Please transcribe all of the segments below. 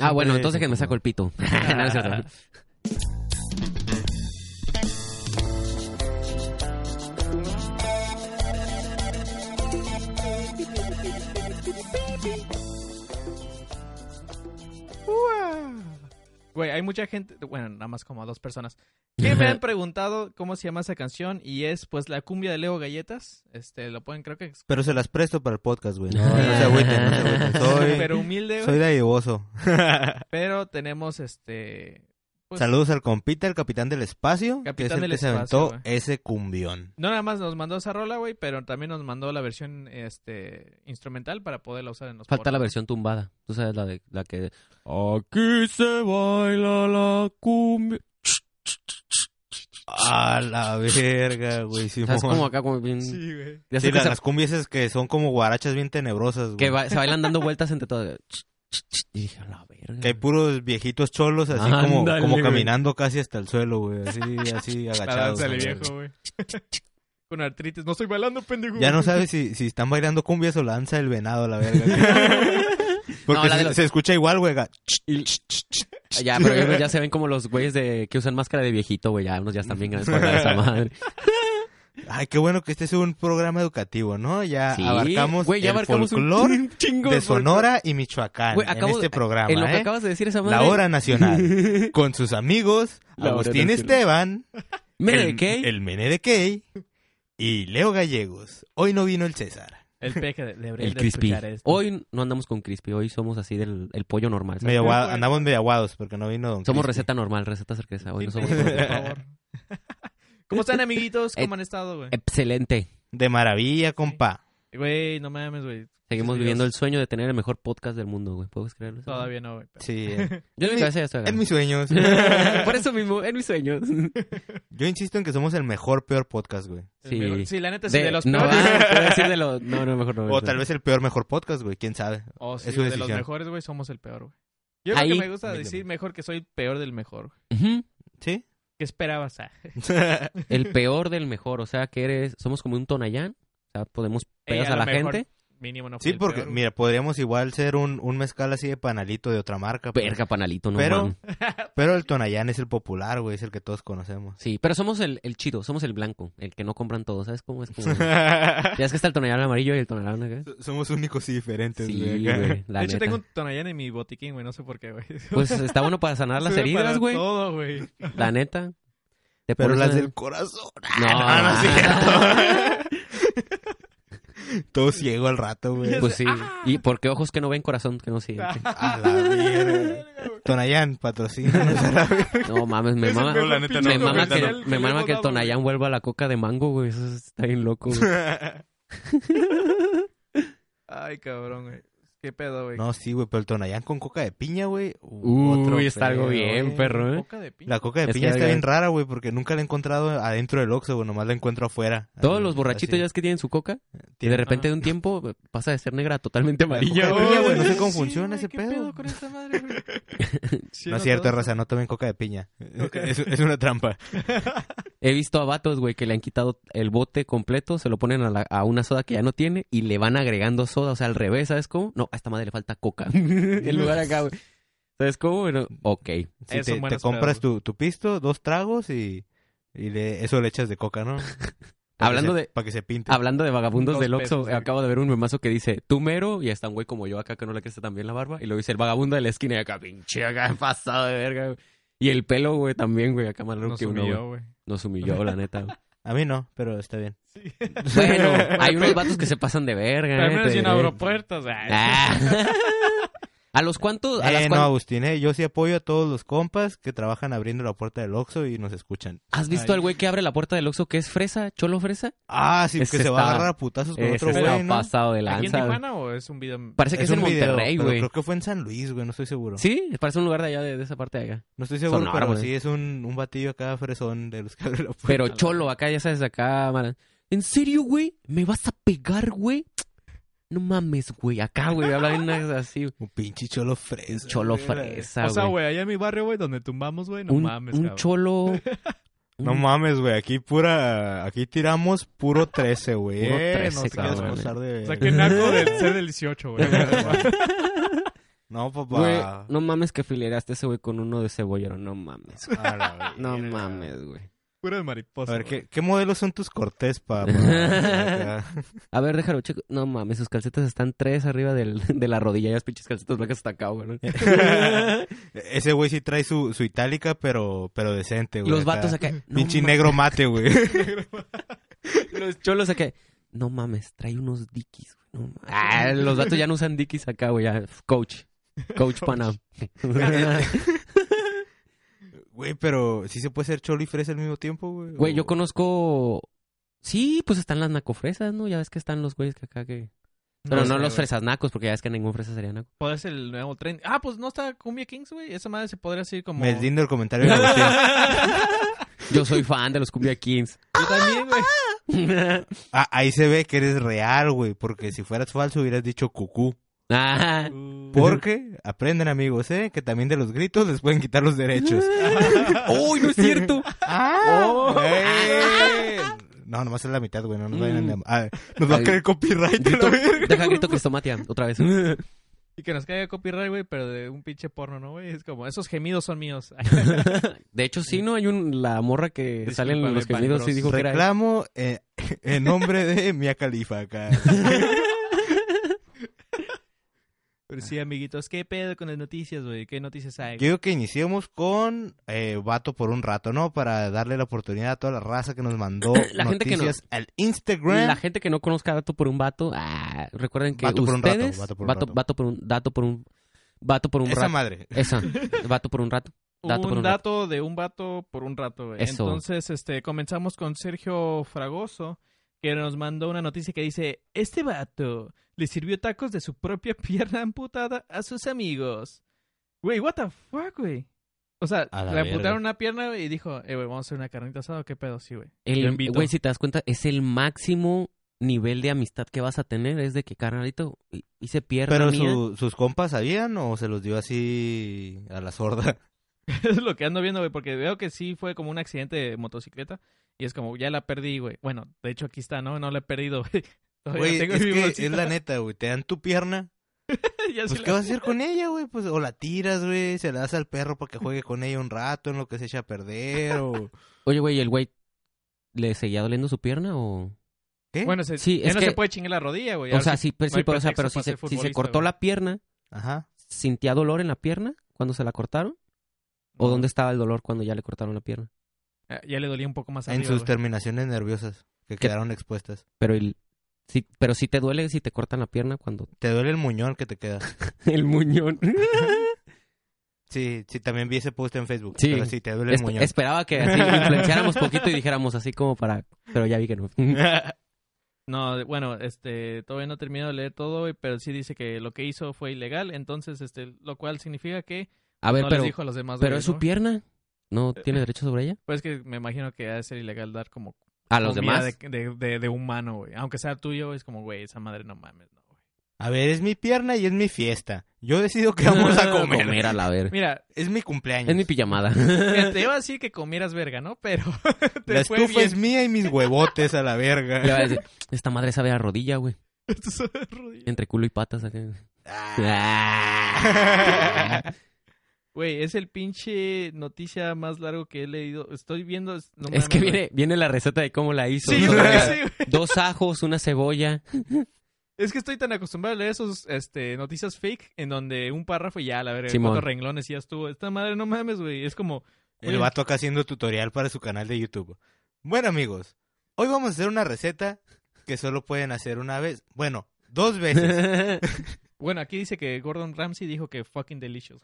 Ah, bueno, entonces que me saco el pito. no, es cierto. Güey, hay mucha gente, bueno, nada más como a dos personas, que me han preguntado cómo se llama esa canción y es pues la cumbia de Leo Galletas. Este, lo pueden, creo que es Pero se las presto para el podcast, güey. No, Ah, no se agüiten, no se agüiten. súper Soy, pues, humilde, güey, soy dadivoso. pero tenemos este... pues, Saludos al compita, el capitán del espacio, que Capitán es el del que se espacio, aventó güey. ese cumbión. No nada más nos mandó esa rola, güey, pero también nos mandó la versión este instrumental para poderla usar en los Falta la podcasts. versión tumbada. Tú sabes la de la que aquí se baila la cumbia. A la verga, güey. Sí, ¿Sabes como acá como bien Sí, güey. ya sé Sí, que la- se- las cumbias esas que son como guarachas bien tenebrosas, güey. que Que, va- se bailan dando vueltas entre todas. Y dije, a la verga. hay puros viejitos cholos así como, Ándale, como güey. caminando casi hasta el suelo, güey. Así, así La agachados. danza del güey. viejo, güey. Con artritis. No estoy bailando, pendejo. Ya no sabes si, si están bailando cumbias o la danza del venado, a la verga. Porque No, la de se, los- se escucha igual, güey. ga- Ya, pero ya- ya se ven como los güeyes de que usan máscara de viejito, güey. Ya unos ya están bien grandes para bailar esa madre. Ay, qué bueno que este es un programa educativo, ¿no? Ya Sí, abarcamos güey, ya el abarcamos un folclore chin- chingo de de folclore. Sonora y Michoacán Güey, en acabo este de- programa, En lo que ¿eh? acabas de decir esa madre. La Hora Nacional, con sus amigos La Hora Agustín Nacional. Esteban, Mira, el, ¿qué? el Mene de Key y Leo Gallegos. Hoy no vino el César. El peje de, debería El de crispy. escuchar esto. Hoy no andamos con crispy, hoy somos así del el pollo normal. ¿sabes? Medio fue? aguado- andamos medio aguados porque no vino Don Somos Crispy. receta normal, receta cerqueza. Hoy no Sí, somos. por favor. ¿Cómo están, amiguitos? Eh, ¿Cómo han estado, güey? Excelente. De maravilla, compa. Güey, no mames, güey. Seguimos Dios. viviendo el sueño de tener el mejor podcast del mundo, güey. ¿Puedes creerlo? eso? Todavía no, güey. pero- Sí, en, Yo en mi mi- cabeza ya estoy acá. en mis sueños. Por eso mismo, en mis sueños. Yo insisto en que somos el mejor, peor podcast, güey. Sí. Sí. la neta, sí, de, los no, peores. ah, puedo decir de los... No, no, mejor no. O mejor tal no. vez el peor, mejor podcast, güey. ¿Quién sabe? Oh, sí, Es su de los decisión. mejores, güey, somos el peor, güey. Yo creo Ahí- que me gusta decir mejor que soy el peor del mejor. güey. Ujú. ¿Sí? ¿Qué esperabas? ah? El peor del mejor. O sea, que eres... Somos como un Tonayán. O sea, podemos Ey, pegas a, lo la mejor gente. Mínimo no fue Sí, el porque, peor, güey. mira, podríamos igual ser un, un mezcal así de panalito de otra marca. pues. Verga, panalito, no, Pero- man. Pero el Tonayán es el popular, güey, es el que todos conocemos. Sí, pero somos el, el chido, somos el blanco, el que no compran todo, ¿sabes cómo es? Como... ya es que está el tonelán amarillo y el tonelán acá. Somos únicos y diferentes, Sí, güey. güey, la De hecho, neta. tengo un tonallán en mi botiquín, güey. No sé por qué, güey. Pues está bueno para sanar las Sirve heridas, para güey. todo, güey. La neta. Te Ah. Pero pones las una- del corazón. No, Ah, no, ah, Todo ciego al rato, güey. Pues sí. Ah. ¿Y por qué ojos que no ven, corazón que no sienten? A la mierda. Tonayán, patrocina. No mames, me Es el mama. mejor la neta, pinche Me no, mama neta, que, comercial me le mama hemos que el dado, güey. Tonayán vuelva a la coca de mango, güey. Eso está bien loco, güey. Ay, cabrón, güey. ¿Qué pedo, güey? No, sí, güey, pero el Tonayán con coca de piña, güey. Uy, otro está algo pedo, bien, güey. perro, ¿eh? Boca de piña. La coca de Es que piña está ya- bien rara, güey, porque nunca la he encontrado adentro del Oxxo, güey, nomás la encuentro afuera. Todos Así, los borrachitos así. ya es que tienen su coca. Y de Tienen- repente de un tiempo eh, pasa de ser negra a totalmente coca amarilla. de güey. piña, güey, no sé Sí, cómo funciona güey, ese ¿qué pedo. con esta madre, güey? Sí, No es cierto, todo- raza, no tomen coca de piña. Eh, Es, es una trampa. He visto a vatos, güey, que le han quitado el bote completo, se lo ponen a, la- a una soda que ya no tiene y le van agregando soda. O sea, al revés, ¿sabes cómo? No, a esta madre le falta coca. el lugar acá, güey. ¿Sabes cómo? Bueno, ok. Sí, Eso te, mueres te compras tu, tu pisto, dos tragos y, y le- eso le echas de coca, ¿no? Hablando de- Para que se pinte. Hablando de vagabundos Dos del Oxxo, pesos, eh, acabo de ver un memazo que dice, tú mero, y está un güey como yo acá que no le crece tan bien la barba, y lo dice el vagabundo de la esquina y acá, pinche, acá pasado de verga, güey. Y el pelo, güey, también, güey, acá más largo Nos que uno, humilló, güey. güey. Nos humilló, la neta. güey. A mí no, pero está bien. bueno, hay unos vatos que se pasan de verga, Pero al eh, menos te yo no diré. abro puertas. ay. Ah. ¿A los cuantos? A Eh, las no, cuan- Agustín, eh, yo sí apoyo a todos los compas que trabajan abriendo la puerta del Oxxo y nos escuchan. ¿Has visto al güey que abre la puerta del Oxxo que es fresa, cholo fresa? Ah, sí, Ese que se va a está- agarrar a putazos con Ese otro está güey, ¿no? pasado de ¿Aquí en lanza. güey. Tijuana o es un video? Parece que es, en un video, Monterrey, pero güey. Creo que fue en San Luis, güey, no estoy seguro. Sí, parece un lugar de allá, de, de esa parte de acá. No estoy seguro, Sonora, pero güey. sí es un, un batillo acá fresón de los que abre la puerta. Pero cholo, acá ya sabes, acá, mala. ¿En serio, güey? ¿Me vas a pegar, güey? No mames, güey. Acá, güey, habla bien así, güey. Un pinche cholo fresa. Cholo güey, la de- fresa, o sea, güey. güey, allá en mi barrio, güey, donde tumbamos, güey, no un, mames, un cabrón. cholo. No un- mames, güey, aquí pura... Aquí tiramos puro 13, güey. Puro eh, 13, no te quieres cabrón, pasar de... O sea, que naco de ser del 18, güey. No, papá. Güey, no mames que fileraste ese güey con uno de cebollero. No mames. güey. A la No verga. mames, güey. Puro de mariposa. A ver, güey. ¿qué, qué modelos son tus cortés, papá? Acá. A ver, déjalo, checo. No mames, sus calcetas están tres arriba del- de la rodilla. Ya las pinches calcetas blancas hasta acá, güey. Ese güey sí trae su, su itálica, pero, pero decente, güey. Los acá. vatos acá. no Pinche mames. negro mate, güey. Los cholos acá. No mames, trae unos dickies. güey, no mames. Ah, los datos ya no usan dickies acá, güey. ya, Coach. Coach Panam. Güey, pero sí se puede ser cholo y fresa al mismo tiempo, güey. Güey, O- yo conozco. Sí, pues están las nacofresas, ¿no? Ya ves que están los güeyes que acá que. Pero no, Este, sé, los güey. fresas nacos, porque ya ves que ningún fresa sería naco. ¿Cuál Pues es el nuevo tren? Ah, pues no está Cumbia Kings, güey. Esa madre se podría decir como. Me lindo el comentario de Agustín. Yo soy fan de los Cumbia Kings. Yo también, güey. Ah, ahí se ve que eres real, güey, porque si fueras falso hubieras dicho cucú. Ah, Porque, aprenden amigos, ¿eh? Que también de los gritos les pueden quitar los derechos. ¡Uy, no es cierto! ¡Ah! Oh. ¡Eh! No, nomás es la mitad, güey. No nos vayan a... Mm. a ver, nos va a Ay. caer copyright. a la Grito- verga. deja grito Cristomatia, otra vez. Y que nos caiga copyright, güey, pero de un pinche porno, ¿no, güey? Es como, esos gemidos son míos. De hecho, sí, ¿no? Hay un, la morra que sale en los Discúlpame, gemidos y Pan dijo que era... Reclamo eh, en nombre de Mia Khalifa acá. Pero sí, amiguitos, ¿qué pedo con las noticias, güey? ¿Qué noticias hay? Yo digo que iniciemos con eh, Vato por un rato, ¿no? Para darle la oportunidad a toda la raza que nos mandó La gente que no- noticias al Instagram. La gente que no conozca Dato por un Vato, ah, recuerden que Vato por un rato, ustedes... vato por un vato- rato. vato por un Dato por un... Vato por un Esa rato. madre. Esa. Vato por un rato. dato un, por un dato de un vato por un rato, güey. Eso. Entonces, este, comenzamos con Sergio Fragoso, que nos mandó una noticia que dice, este vato le sirvió tacos de su propia pierna amputada a sus amigos. Güey, what the fuck, güey. O sea, A la le verga. amputaron una pierna güey, y dijo, eh, güey, vamos a hacer una carnita asada, ¿qué pedo? Sí, güey. Yo El, invito. güey, si te das cuenta, es el máximo nivel de amistad que vas a tener. Es de que, carnalito, hice pierna Pero mía. su- sus compas sabían o se los dio así a la sorda. es lo que ando viendo, güey, porque veo que sí fue como un accidente de motocicleta y es como, ya la perdí, güey. Bueno, de hecho aquí está, ¿no? No la he perdido, güey. Todavía Güey, tengo es mi que bolsita. es la neta, güey. Te dan tu pierna. Ya sí Pues, la- ¿qué vas a hacer con ella, güey? Pues, o la tiras, güey. Se la das al perro para que juegue con ella un rato en lo que se echa a perder o... Oye, güey, ¿y ¿el güey le seguía doliendo su pierna o...? ¿Qué? Bueno, se, Sí, ya es no que- se puede chingar la rodilla, güey. O Ahora sea, sí- sí, pero, no hay sí, pero, o sea, pretexto pero si, para se, ser si se futbolista, cortó güey. la pierna, Ajá. ¿sentía dolor en la pierna cuando se la cortaron? ¿O dónde estaba el dolor cuando ya le cortaron la pierna? Ah, Ya le dolía un poco más En arriba, sus güey. terminaciones nerviosas que ¿Qué? quedaron expuestas. Pero el... Sí, pero sí te duele si te cortan la pierna cuando... Te duele el muñón que te queda. El muñón. Sí, sí, también vi ese post en Facebook. Sí. Pero sí, te duele el Espe- muñón. esperaba que así influenciáramos poquito y dijéramos así como para... Pero ya vi que no. No, de- bueno, este, todavía no termino de leer todo, güey, pero sí dice que lo que hizo fue ilegal, entonces, este, lo cual significa que A ver, no pero... les dijo a los demás. Pero güey, es su ¿no? pierna. ¿No tiene derecho sobre ella? Pues que me imagino que ha de ser ilegal dar como A los comida demás. de, de- de- de humano, güey. Aunque sea tuyo, es como, güey, esa madre no mames, no, güey. A ver, es mi pierna y es mi fiesta. Yo decido qué vamos a comer. a la ver. Mira, Es mi cumpleaños. Es mi pijamada. mira, te iba a decir que comieras verga, ¿no? Pero te La fue estufa bien. es mía y mis huevotes a la Le va verga. a decir, Esta madre sabe a rodilla, güey. Entre culo y patas. acá. Ah. Güey, es el pinche noticia más largo que he leído. Estoy viendo... Es no es que mames, güey. viene, viene la receta de cómo la hizo. Sí, ¿no? güey, sí, güey. Dos ajos, una cebolla. Es que estoy tan acostumbrado a leer esos este, noticias fake en donde un párrafo y ya, la verga, Simón. cuatro renglones y ya estuvo. Esta madre no mames, güey. Es como... El vato acá haciendo tutorial para su canal de YouTube. Bueno, amigos, hoy vamos a hacer una receta que solo pueden hacer una vez. Bueno, dos veces. Bueno, aquí dice que Gordon Ramsay dijo que fucking delicious.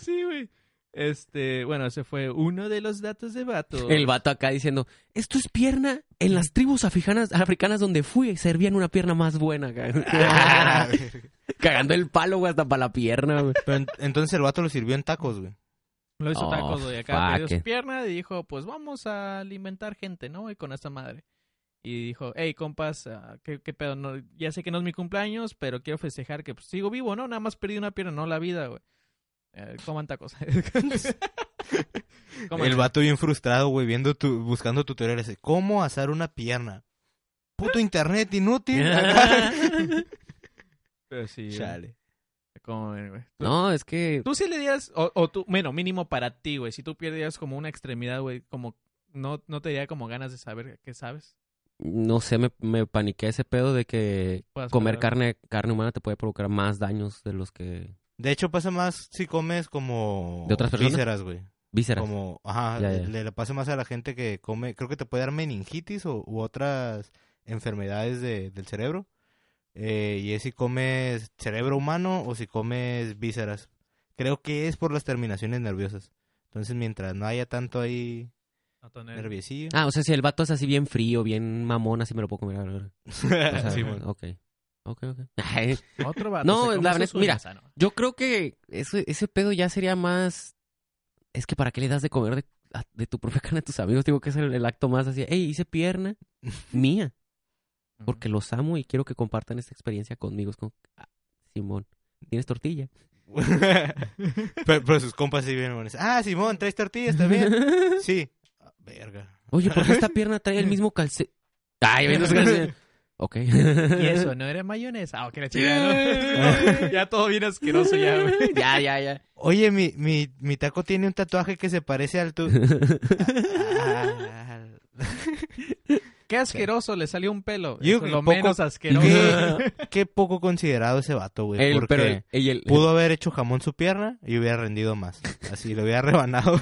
sí, güey. Este, bueno, ese fue uno de los datos de vato. El vato acá diciendo, esto es pierna en las tribus africanas, africanas donde fui, servían una pierna más buena. ca- Cagando el palo, güey, hasta para la pierna, güey. Pero en- entonces el vato lo sirvió en tacos, güey. Lo hizo Oh, tacos, güey. Acá perdió fuck eh. su it. pierna y dijo, pues vamos a alimentar gente, ¿no? Y con esta madre. Y dijo, hey, compas, ah, ¿qué, qué pedo? No, ya sé que no es mi cumpleaños, pero quiero festejar que pues, sigo vivo, ¿no? Nada más perdí una pierna, no la vida, güey. Eh, coman tacos. Coman. El vato bien frustrado, güey, viendo tu, buscando tutoriales de cómo asar una pierna. Puto internet inútil. Pero sí, güey. Chale. Comen, güey. Tú- no, es que... Tú sí le dieras, o, o tú, bueno, mínimo para ti, güey. Si tú perdieras como una extremidad, güey, como no, no te daría como ganas de saber qué sabes. No sé, me, me paniqué ese pedo de que Puedas comer perder. carne, carne humana te puede provocar más daños de los que... De hecho, pasa más si comes como ¿De otras personas? vísceras, güey. Vísceras. Como, ajá, Ya, ya. le, le pasa más a la gente que come, creo que te puede dar meningitis o, u otras enfermedades de- del cerebro. Eh, y es si comes cerebro humano o si comes vísceras. Creo que es por las terminaciones nerviosas. Entonces, mientras no haya tanto ahí No tener- nerviosillo. Ah, o sea, si el vato es así bien frío, bien mamón, así me lo puedo comer. a la verga. pues, O sea, Sí, mon. ok. Ok, ok. Otro vato. No, se come la sus neta, mira. uñas, ah, no. Yo creo que ese, ese pedo ya sería más... Es que para qué le das de comer de, a- de tu propia carne a tus amigos. Digo que es el, el acto más así. Ey, hice pierna mía. Mm. Porque los amo y quiero que compartan esta experiencia conmigo. Es como, ah, Simón, ¿tienes tortilla? pero, pero sus compas sí vienen. buenos. Ah, Simón, traes tortillas también. Sí. Ah, verga. Oye, ¿por qué esta pierna trae el mismo calce... Ay, ven los calcetines. Ok. Y eso, no era mayonesa. Ah, ok, la chingada, ¿no? ya todo bien asqueroso ya, güey. Ya, ya, ya. Oye, mi, mi, mi taco tiene un tatuaje que se parece al tu. Ah, Qué asqueroso, le salió un pelo. Yo Eso es que lo poco- menos asqueroso. qué, qué poco considerado ese vato, güey. El, porque pero el- y el- pudo haber hecho jamón su pierna y hubiera rendido más. Así lo hubiera rebanado.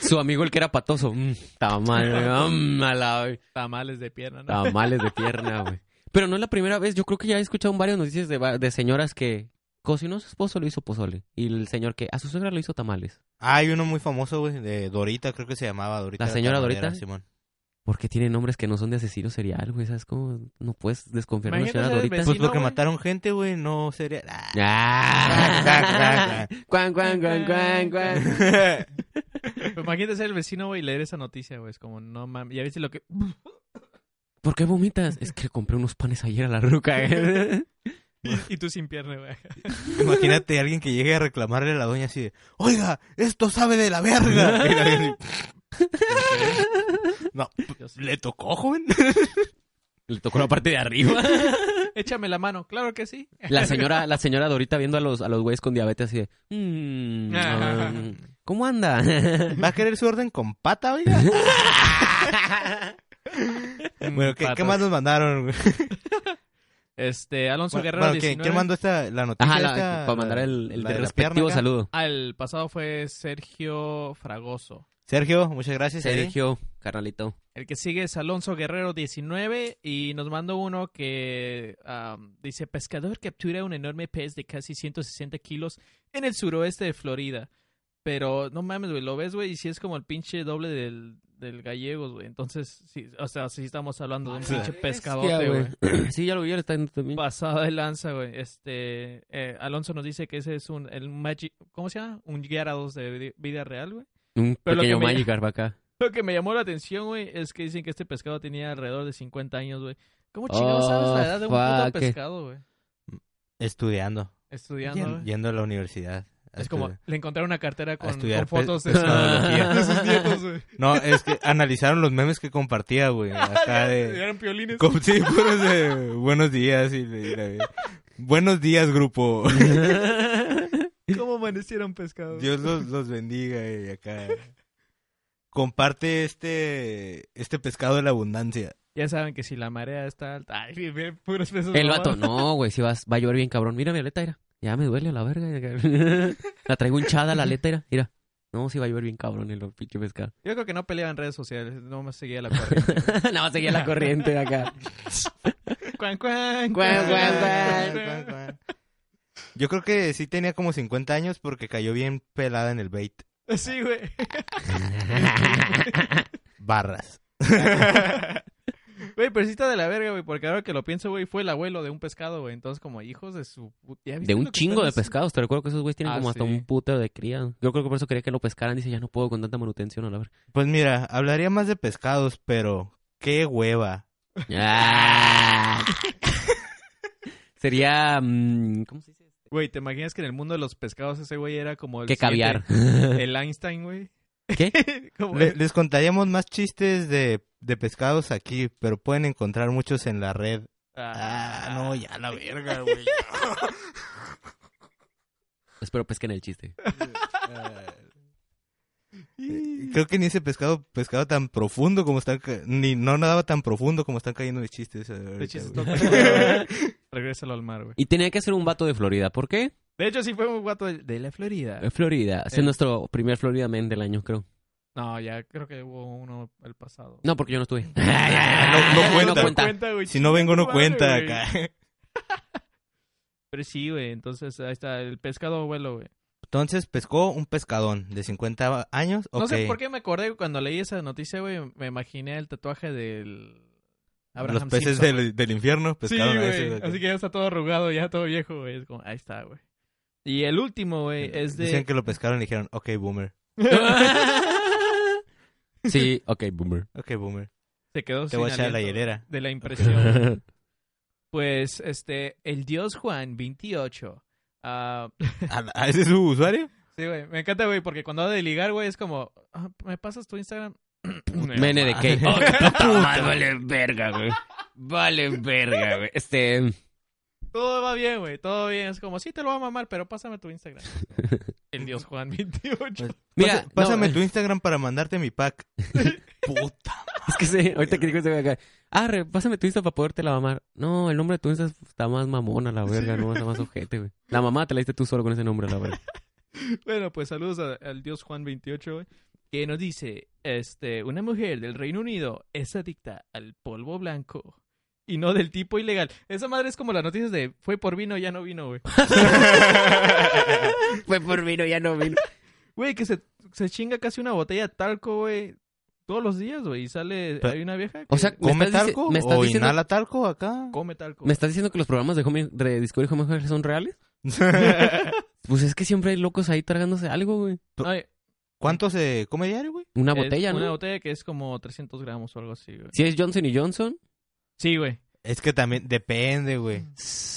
su amigo el que era patoso. Mm, tamal, mm, a la ve- Tamales de pierna, ¿no? Tamales de pierna, güey. Pero no es la primera vez. Yo creo que ya he escuchado varias noticias de, va- de señoras que cocinó a su esposo, lo hizo pozole. Y el señor que a su suegra lo hizo tamales. Ah, Hay uno muy famoso, güey, de Dorita, creo que se llamaba Dorita. ¿La señora tamalera, Dorita? Simón. Porque tiene nombres que no son de asesino serial, güey. ¿Sabes cómo? No puedes desconfiar de una señora Imagínate ser el Dorita. Pues Sí, no, porque güey. mataron gente, güey, no sería. Ah. Ah. Cuan, cuan, cuan, cuan, cuan. Pero imagínate ser el vecino, güey, y leer esa noticia, güey. Es como, no mames. Ya viste lo que. ¿Por qué vomitas? Es que le compré unos panes ayer a la ruca, eh. Y, y tú sin pierna, güey. Imagínate a alguien que llegue a reclamarle a la doña así de, oiga, esto sabe de la verga. Y la doña así, no, Yo sí. le tocó, joven. Le tocó la parte de arriba. Échame la mano, claro que sí. La señora, la señora Dorita viendo a los, a los güeyes con diabetes así de... "Mm, ah, ¿Cómo anda? ¿Va a querer su orden con pata, oiga? bueno, ¿qué, Patas. qué más nos mandaron? güey? Este, Alonso Bueno, Guerrero. bueno, ¿quién- 19. ¿Quién mandó esta, la noticia? Ajá, la- esta? para mandar el, el la de la pierna respectivo acá. saludo. Ah, el pasado fue Sergio Fragoso. Sergio, muchas gracias. ¿eh? ahí. Sergio, carnalito. El que sigue es Alonso Guerrero 19 y nos mandó uno que am, dice, pescador captura un enorme pez de casi 160 kilos en el suroeste de Florida. Pero no mames, güey, lo ves, güey, y si es como el pinche doble del, del gallegos, güey. Entonces, sí, o sea, sí estamos hablando de un Sí. pinche pescadote, güey. Sí, ya lo vi, ya lo está viendo también. Pasado de lanza, güey. Este, eh, Alonso nos dice que ese es un, el magic, ¿cómo se llama? Un Gyarados de vida real, güey. Un Pero lo que pequeño me- Magikarp acá. Lo que me llamó la atención, güey, es que dicen que este pescado tenía alrededor de 50 años, güey. ¿Cómo chingados Oh, sabes la edad de un puto fuck. pescado, güey? Estudiando, Estudiando, yen- güey. yendo a la universidad. Es como, Estu- le encontraron una cartera con, estudiar con fotos pe- de, su- Ah. pescadología. de sus nietos, güey. No, es que analizaron los memes que compartía, güey. Acá de... Eran piolines. Como, sí, puros de buenos días y le- y le- buenos días, grupo. ¿Cómo amanecieron pescados? Dios los, los bendiga y acá. Comparte este este pescado de la abundancia. Ya saben que si la marea está alta... Ay, miren, puros pesos. El vato, no, güey, si vas, va a llover bien cabrón. Mira mi aleta, mira. Ya me duele a la verga. La traigo hinchada la aleta, mira. Mira. No, si va a llover bien cabrón el pinche pescado. Yo creo que no peleaba en redes sociales, no me seguía la corriente. Nada más seguía la corriente acá. Cuan, cuan, Cuan, cuan, Cuán, cuán, cuán. Ah, Yo creo que sí tenía como 50 años porque cayó bien pelada en el bait. Sí, güey. Barras. Güey, pero sí está de la verga, güey, porque ahora que lo pienso, güey, fue el abuelo de un pescado, güey. Entonces, como hijos de su... put- ¿Ya viste De un lo que chingo están de haciendo? pescados. Te recuerdo que esos güeyes tienen Ah, como hasta sí. un puto de cría. Yo creo que por eso quería que lo pescaran. Dice, ya no puedo con tanta manutención, a la verga. Pues mira, hablaría más de pescados, pero qué hueva. Ah. Sería... mm, ¿Cómo se dice? Güey, ¿te imaginas que en el mundo de los pescados ese güey era como el... Que caviar. siguiente- El Einstein, güey. ¿Qué? Como Le- el- les contaríamos más chistes de, de pescados aquí, pero pueden encontrar muchos en la red. Ah, no, ya la verga, güey. Espero pesquen el chiste. Eh, Creo que ni ese pescado, pescado tan profundo como están, ca- ni no nadaba tan profundo como están cayendo mis chistes. eh, ahorita, De chistes güey. locos. Regrésalo al mar, güey. Y tenía que ser un vato de Florida. ¿Por qué? De hecho, sí fue un guato de- de la Florida. Eh, Florida. Ese Eh. es nuestro primer Florida Man del año, creo. No, ya creo que hubo uno el pasado. No, porque yo no estuve. no cuenta. güey. Si no vengo no Madre, cuenta güey. acá. Pero sí, güey. Entonces, ahí está el pescado abuelo, güey. Entonces pescó un pescadón de 50 años. No sé ok. por qué me acordé que cuando leí esa noticia, güey. Me imaginé el tatuaje del. Abraham Los peces Simpson. del, del infierno pescaron sí, a ese, güey. güey. Así que ya está todo arrugado, ya todo viejo, güey. Es como, ahí está, güey. Y el último, güey, es de. Eh, Decían que lo pescaron y dijeron, ok, boomer. sí, ok, boomer. Ok, boomer. Se quedó Te sin voy a echar a la aliento hielera. De la impresión. Pues, este, el dios Juan 28. Ah, ¿A la- ¿Ese es su usuario? sí, güey, me encanta, güey, porque cuando hablo de ligar, güey, es como, "Ah, ¿me pasas tu Instagram? Mene de madre. cake. Oh, qué puta madre, vale verga, güey. Vale verga, güey. Este. Todo va bien, güey, todo bien. Es como, sí, te lo va a mamar, pero pásame tu Instagram. El dios Juan 28. Mira, Pasa- pásame no, tu Instagram para mandarte mi pack. Puta. Es que sí, ahorita que dijo ese güey acá. Arre, pásame tu Insta para podértela mamar. No, el nombre de tu Insta está más mamona, la verga, no, está más ojete, güey. La mamá te la diste tú solo con ese nombre, la verga. Bueno, pues saludos a- al dios Juan 28, güey, que nos dice, este, una mujer del Reino Unido es adicta al polvo blanco. Y no del tipo ilegal. Esa madre es como las noticias de fue por vino, ya no vino, güey. Fue por vino, ya no vino. Güey, que se, se chinga casi una botella de talco, güey. Todos los días, güey. Y sale. Pero- hay una vieja que O sea, ¿Me ¿Come estás dici- talco me estás o diciendo- inhala talco acá? come talco. ¿Me estás diciendo que los programas de, Home- de Discovery Home and Health son reales? Pues es que siempre hay locos ahí tragándose algo, güey. Ay, ¿Cuánto se come diario, güey? Una eh, es botella, Una ¿no? botella que es como 300 gramos o algo así, güey. Si es Johnson y Johnson. Sí, güey. Es que también depende, güey.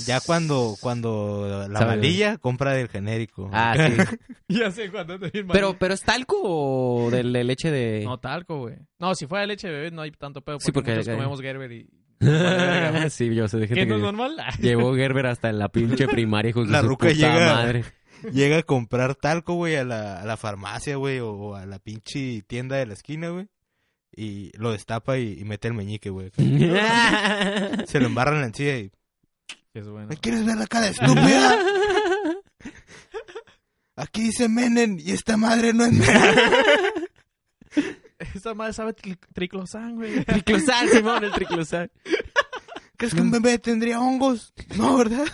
Ya cuando, cuando la Sabe, malilla compra del genérico. Ah, sí. Ya sé cuándo te vi, Pero, Mario. pero es talco o de, de leche de. No, talco, güey. No, si fuera leche de bebé no hay tanto pedo. Porque Sí, porque- muchos comemos Gerber y. sí, yo sé de ¿Qué gente no es que normal? llevó Gerber hasta la pinche primaria, hijo de La su ruca puta llega- madre. Llega a comprar talco, güey, a la, a la farmacia, güey, o, o a la pinche tienda de la esquina, güey. Y lo destapa y, y mete el meñique, güey. Se lo embarran en la encía y... Es bueno. ¿Me quieres ver la cara de estúpida? Aquí dice Menem y esta madre no es Menem. Esa madre sabe tri- triclosan, güey. triclosan, Simón, el triclosan. ¿Crees que un bebé tendría hongos? No, ¿verdad?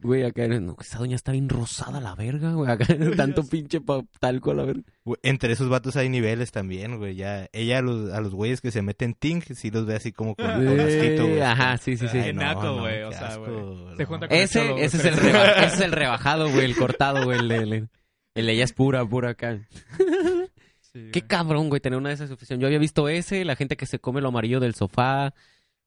Güey, acá. No, esa doña está bien rosada, la verga, güey. Acá tanto pinche pa- talco, la verga. Güey, Entre esos vatos hay niveles también, güey. Ya, ella a los, a los güeyes que se meten ting, sí los ve así como con, con asquito, güey. Eh, Ajá, sí, sí, sí. Ay, no, Naco, no, güey, o qué sea, asco, güey. Se no. junta con- Ese, ese, es el reba- ese es el rebajado, güey, el cortado, güey. El, el, el- el de ella es pura, pura acá. Sí, Qué güey. cabrón, güey, tener una de esas opciones. Yo había visto ese, la gente que se come lo amarillo del sofá,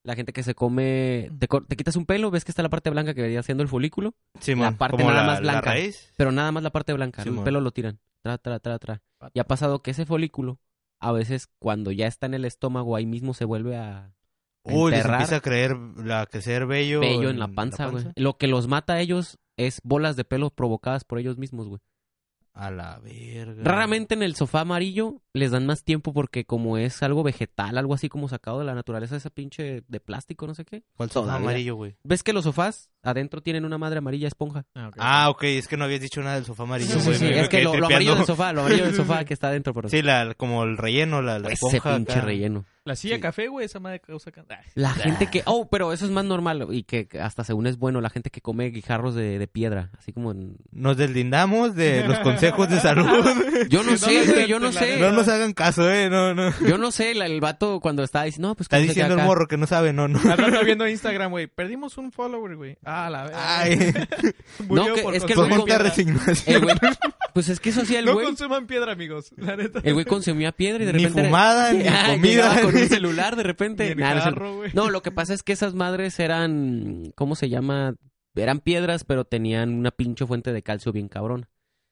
la gente que se come. Te, cor- te quitas un pelo, ves que está la parte blanca que venía siendo el folículo, Sí, la man, parte como nada la- más la blanca. raíz. pero nada más la parte blanca. Sí, el mon. pelo lo tiran. Tra, tra, tra, tra. Y ha pasado que ese folículo, a veces cuando ya está en el estómago, ahí mismo se vuelve a. Uy, les enterrar. empieza a creer, la, a crecer vello. Pello en la panza, güey. Lo que los mata a ellos es bolas de pelo provocadas por ellos mismos, güey. A la verga. Raramente en el sofá amarillo les dan más tiempo porque como es algo vegetal, algo así como sacado de la naturaleza, esa pinche de plástico, no sé qué. ¿Cuál sofá Todavía. amarillo, güey? ¿Ves que los sofás adentro tienen una madre amarilla esponja? Ah, ok. Ah, ok, es que no habías dicho nada del sofá amarillo, Sí, sí, güey. sí, me Es que quedé lo, lo tripeando. amarillo del sofá, lo amarillo del sofá que está adentro, pero pues, Sí, la, como el relleno, la, la ese esponja pinche acá. relleno. La silla Sí. café, güey, esa madre causa can- Ah, La gente que. Oh, pero eso es más normal y que que hasta según es bueno, la gente que come guijarros de, de piedra. Así como en. Nos deslindamos de los consejos de salud. Yo no No, sé, no, güey, no, yo no la sé. No nos hagan caso, eh. No, no. Yo no sé, la- el vato cuando estaba diciendo. No, pues. Está ¿cómo se diciendo queda el acá? morro que no sabe, no, no. Al rato viendo Instagram, güey. Perdimos un follower, güey. Ah, la verdad. Ay, Murió No, que- por es que pues el consumir güey ponte a piedra. resignar. El güey- Pues es que eso hacía el No güey. consuman piedra, amigos. La neta. El güey consumía piedra y de Ni repente. fumada, ni Ah, comida. llegaba Con un celular, de repente. En Nah, no es cierto. carro, güey. No, lo que pasa es que esas madres eran, ¿cómo se llama? Eran piedras, pero tenían una pinche fuente de calcio bien cabrón.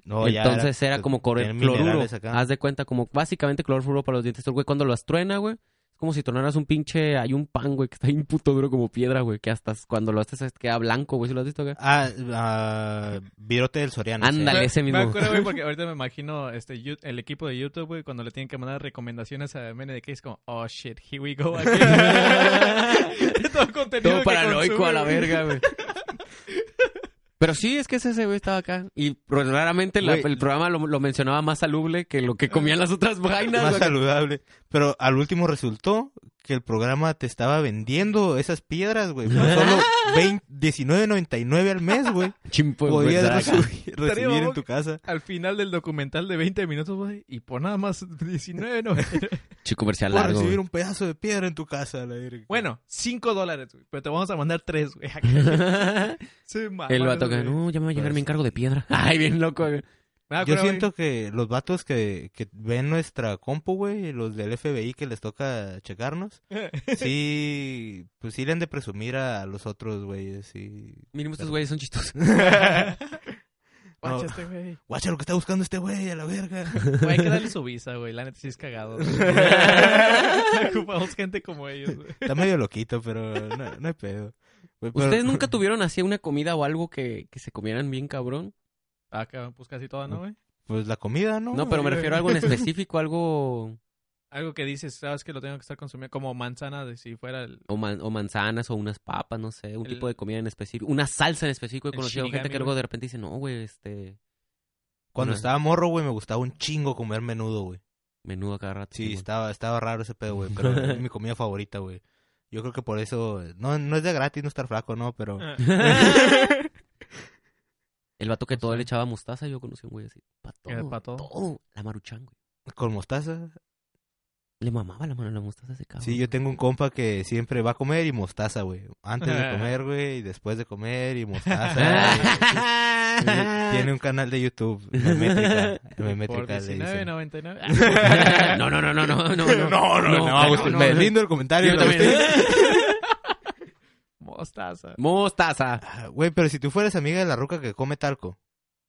No, Oh, ya Entonces era, como cor- tenían cloruro. Ah. minerales acá. Haz de cuenta, como básicamente cloruro para los dientes. Entonces, güey, cuando las truena, güey, es como si tronaras un pinche... Hay un pan, güey, que está bien puto duro como piedra, güey, que hasta cuando lo haces queda blanco, güey. ¿Sí lo has visto, güey? Ah, ah, virote del Soriano. sí. Ándale. ese mismo. Me acuerdo, güey, porque ahorita me imagino este, Yu- el equipo de YouTube, güey, cuando le tienen que mandar recomendaciones a Mene de que es como, oh shit, here we go again. Todo el contenido Todo que paranoico consume, a la güey. verga, güey. Pero sí, es que ese güey estaba acá. Y pues, raramente la- Güey. el programa lo, lo mencionaba más salubre que lo que comían las otras vainas. Más güey. saludable. Pero al último resultó que el programa te estaba vendiendo esas piedras, güey. Por solo 20 19.99 al mes, güey. Chimpo, güey, Podías estar acá. resu- recibir en mamón. tu casa. Al final del documental de 20 minutos, güey, y por nada más 19, no. Chico comercial Puedes largo. recibir güey. un pedazo de piedra en tu casa. la verga. Bueno, 5 dólares, güey, pero te vamos a mandar 3, güey. Se mamaron, El vato que, güey. no, ya me va a llegar Pues- mi encargo de piedra. Ay, bien loco, güey. ah, Me Yo acuerdo, güey, siento que los vatos que, que ven nuestra compu, güey, los del FBI que les toca checarnos, sí, pues sí le han de presumir a los otros, güeyes. Sí. Mínimo estos güeyes son chistosos. Guacha No. este güey. Guacha lo que está buscando este güey, a la verga. Güey, Hay que darle su visa, güey. La neta sí es cagado. güey. Ocupamos gente como ellos, güey. Está medio loquito, pero no, no hay pedo. Güey, pero- ¿Ustedes nunca tuvieron así una comida o algo que, que se comieran bien cabrón? Ah, cabrón, pues casi toda, ¿no, güey? Pues la comida, ¿no? No, pero me güey. refiero a algo en específico, algo... Algo que dices, sabes que lo tengo que estar consumiendo como manzana de si fuera el, O, man- o manzanas o unas papas, no sé, un El- tipo de comida en específico. Una salsa en específico. He El conocido gente shinigami, que luego güey. de repente dice, no, güey, este... Cuando Una- estaba morro, güey, me gustaba un chingo comer menudo, güey. Menudo a cada rato. Sí, Simón. estaba, estaba raro ese pedo, güey, pero es mi comida favorita, güey. Yo creo que por eso, no, no es de gratis no estar flaco, no, Ah. pero... El vato que todo le echaba mostaza, yo conocí a un güey así. Pa' Era todo, pa' todo. todo. La maruchan, güey. Con mostaza. Le mamaba la mano la mostaza a ese cabrón. Sí, yo tengo un compa que siempre va a comer y mostaza, güey. Antes de Ah. comer, güey, y después de comer y mostaza. güey. Tiene Tiene un canal de YouTube, la métrica, la por métrica le dice. 19.99. un- no, no, no, no, no, no, no, claro, Agustín, me lindo el comentario. Yo la también. Mostaza. Mostaza. Ah, Güey, pero si tú fueras amiga de la ruca que come talco,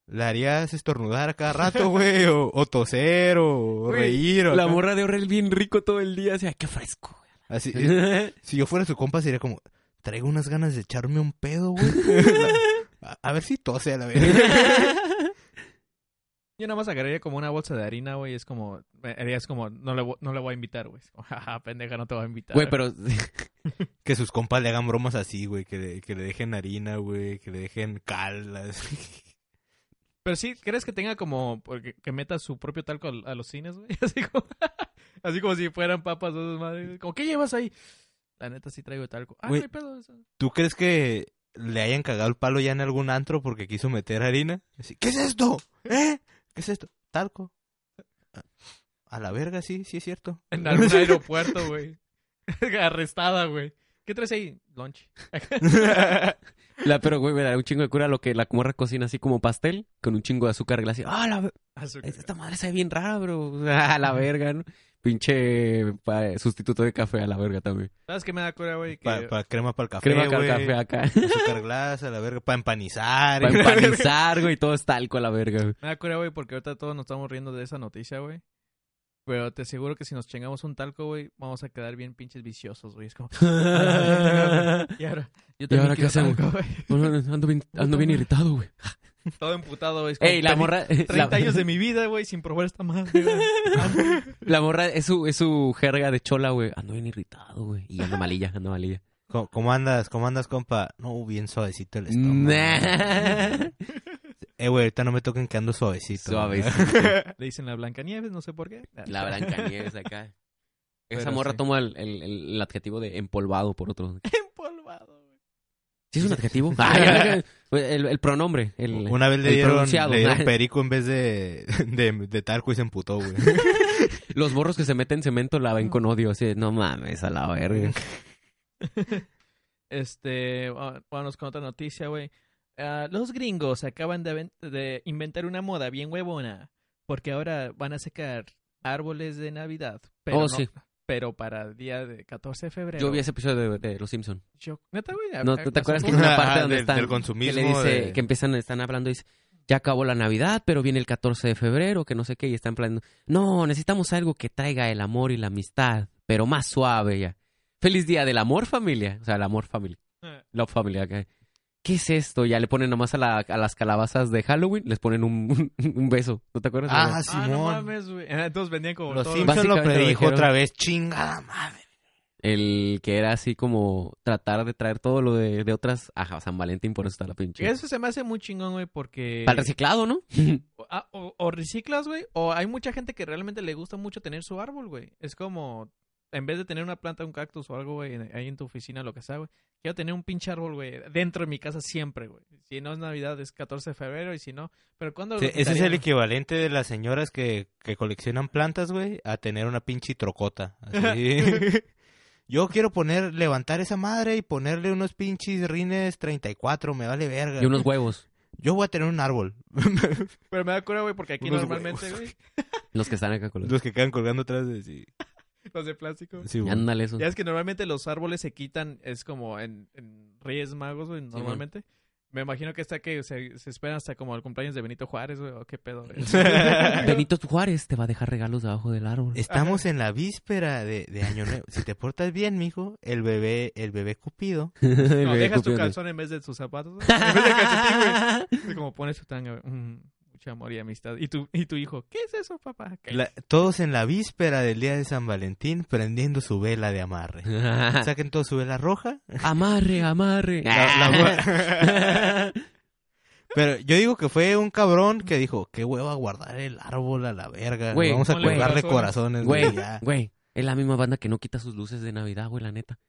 ¿le harías estornudar a cada rato, güey? O, o toser, o Güey, reír, o La acá? morra de Orel bien rico todo el día, o sea, qué fresco. güey. Así, eh, si yo fuera su compa, sería como, traigo unas ganas de echarme un pedo, güey. a, a ver si tose a la vez. Yo nada más agarraría como una bolsa de harina, güey. Es como, eh, harías como, no le, vo- no le voy a invitar, güey. Es como, Jaja, pendeja, no te voy a invitar. Güey, pero Que sus compas le hagan bromas así, güey. Que le, que le dejen harina, güey. Que le dejen cal. así. Pero sí, ¿crees que tenga como, porque, que meta su propio talco al- a, los cines, güey? Así como, así como si fueran papas o esas madres. Como, ¿qué llevas ahí? La neta sí traigo talco. Ah, Güey. no hay pedo. eso. ¿Tú crees que le hayan cagado el palo ya en algún antro porque quiso meter harina? Así, ¿Qué es esto? ¿Eh? ¿Qué es esto? Talco. A- A la verga, sí, sí es cierto. En algún aeropuerto, güey. Arrestada, güey. ¿Qué traes ahí? Lunch. la pero güey, me da un chingo de cura lo que la morra cocina así como pastel con un chingo de azúcar glacial. Ah, la ve- Azúcar. esta madre sabe bien rara, bro. A la verga, ¿no? Pinche pa- sustituto de café a la verga también. ¿Sabes qué me da cura, güey? Que Para crema para el café, Crema con güey. café acá. Azúcar glass, a la verga. Para empanizar. Para empanizar, güey, todo es talco a la verga, güey. Me da cura, güey, porque ahorita todos nos estamos riendo de esa noticia, güey. Pero te aseguro que si nos chingamos un talco, güey, vamos a quedar bien pinches viciosos, güey. Es como... "Ah, y ahora, yo ¿Y ahora qué también quiero hacemos? talco, güey. No, no, Ando bien, ando bien irritado, güey. Todo emputado, güey. Es como, Ey, la perdí morra. eh, 30 la- años de mi vida, güey, sin probar esta madre, güey. La morra es su, es su jerga de chola, güey. Ando bien irritado, güey. Y anda malilla, anda malilla. ¿Cómo, cómo andas? ¿Cómo andas, compa? No, bien suavecito el estómago. Nah. Eh, güey, ahorita no me toquen que ando suavecito. Suave. Le dicen la Blancanieves, no sé por qué. La Blancanieves acá. Esa Pero morra sí. toma el, el- el- el adjetivo de empolvado por otro. Empolvado, güey. ¿Sí es un adjetivo? Ay, ay, ay. el, el pronombre. El, Una vez le el dieron, pronunciado. le dieron perico en vez de, de, de talco y se emputó, güey. Los borros que se meten cemento la ven con odio. Así de, no mames, a la verga. Este, va- vámonos con otra noticia, güey. Ah, los gringos acaban de, aven- de inventar una moda bien huevona, porque ahora van a secar árboles de Navidad, pero, Oh, no- sí. pero para el día de 14 de febrero. Yo vi ese episodio de, de Los Simpson Yo- ¿Neta, güey? ¿No Ah, ¿no te acuerdas que pasó en una Ah, parte del- donde están... del consumismo Que le dice... de- Que empiezan, están hablando y dice... Ya acabó la Navidad, pero viene el 14 de febrero, que no sé qué, y están planeando... No, necesitamos algo que traiga el amor y la amistad, pero más suave ya. Feliz día del amor, familia. O sea, el amor, familia. Eh, Love Family acá. ¿Qué es esto? Ya le ponen nomás a, la- a las calabazas de Halloween, les ponen un, un beso. ¿No te acuerdas? ah, Ah, no Simón. mames, güey. Ah, Entonces vendían como Los todo. Simpsons lo Básicamente lo predijo dijeron. otra vez. Chingada madre. El que era así como tratar de traer todo lo de, de otras. Ajá, San Valentín, por eso está la pinche. Eso se me hace muy chingón, güey, porque... Para el reciclado, ¿no? Ah, o, o reciclas, güey, o hay mucha gente que realmente le gusta mucho tener su árbol, güey. Es como, en vez de tener una planta, un cactus o algo, güey, en- ahí en tu oficina, lo que sea, güey. Quiero tener un pinche árbol, güey, dentro de mi casa siempre, güey. Si no es Navidad, es 14 de febrero, y si no... Pero cuando... Sí, ese es el equivalente de las señoras que, que coleccionan plantas, güey, a tener una pinche trocota. Así. Yo quiero poner, levantar esa madre y ponerle unos pinches rines 34, me vale verga. Y unos huevos, Yo voy a tener un árbol. Pero me da cura, güey, porque aquí Unos normalmente, huevos. güey, los que están acá con los. Los que quedan colgando atrás de sí. los de plástico. Sí, güey. Ándale, eso. Ya es que normalmente los árboles se quitan, es como en, en Reyes Magos, güey, Simón. normalmente. Me imagino que está que se, se esperan hasta como el cumpleaños de Benito Juárez, güey, o qué pedo, güey. Benito Juárez te va a dejar regalos debajo del árbol. Estamos en la víspera de, de Año Nuevo. Si te portas bien, mijo, el bebé, el bebé Cupido. El No, bebé dejas tu escupiendo. calzón en vez de tus zapatos. güey. En vez de calcetín, güey. Es Como pones tu tanga, güey. Mm, mucho amor y amistad. Y tu, y tu hijo, ¿qué es eso, papá? ¿Qué? La- todos en la víspera del día de San Valentín prendiendo su vela de amarre. Ah. Saquen toda su vela roja. amarre, amarre. La- la- Pero yo digo que fue un cabrón que dijo, qué hueva guardar el árbol a la verga. Güey, Vamos a ponle colgarle corazones. corazones. Güey, güey, ya". güey, es la misma banda que no quita sus luces de Navidad, güey, la neta.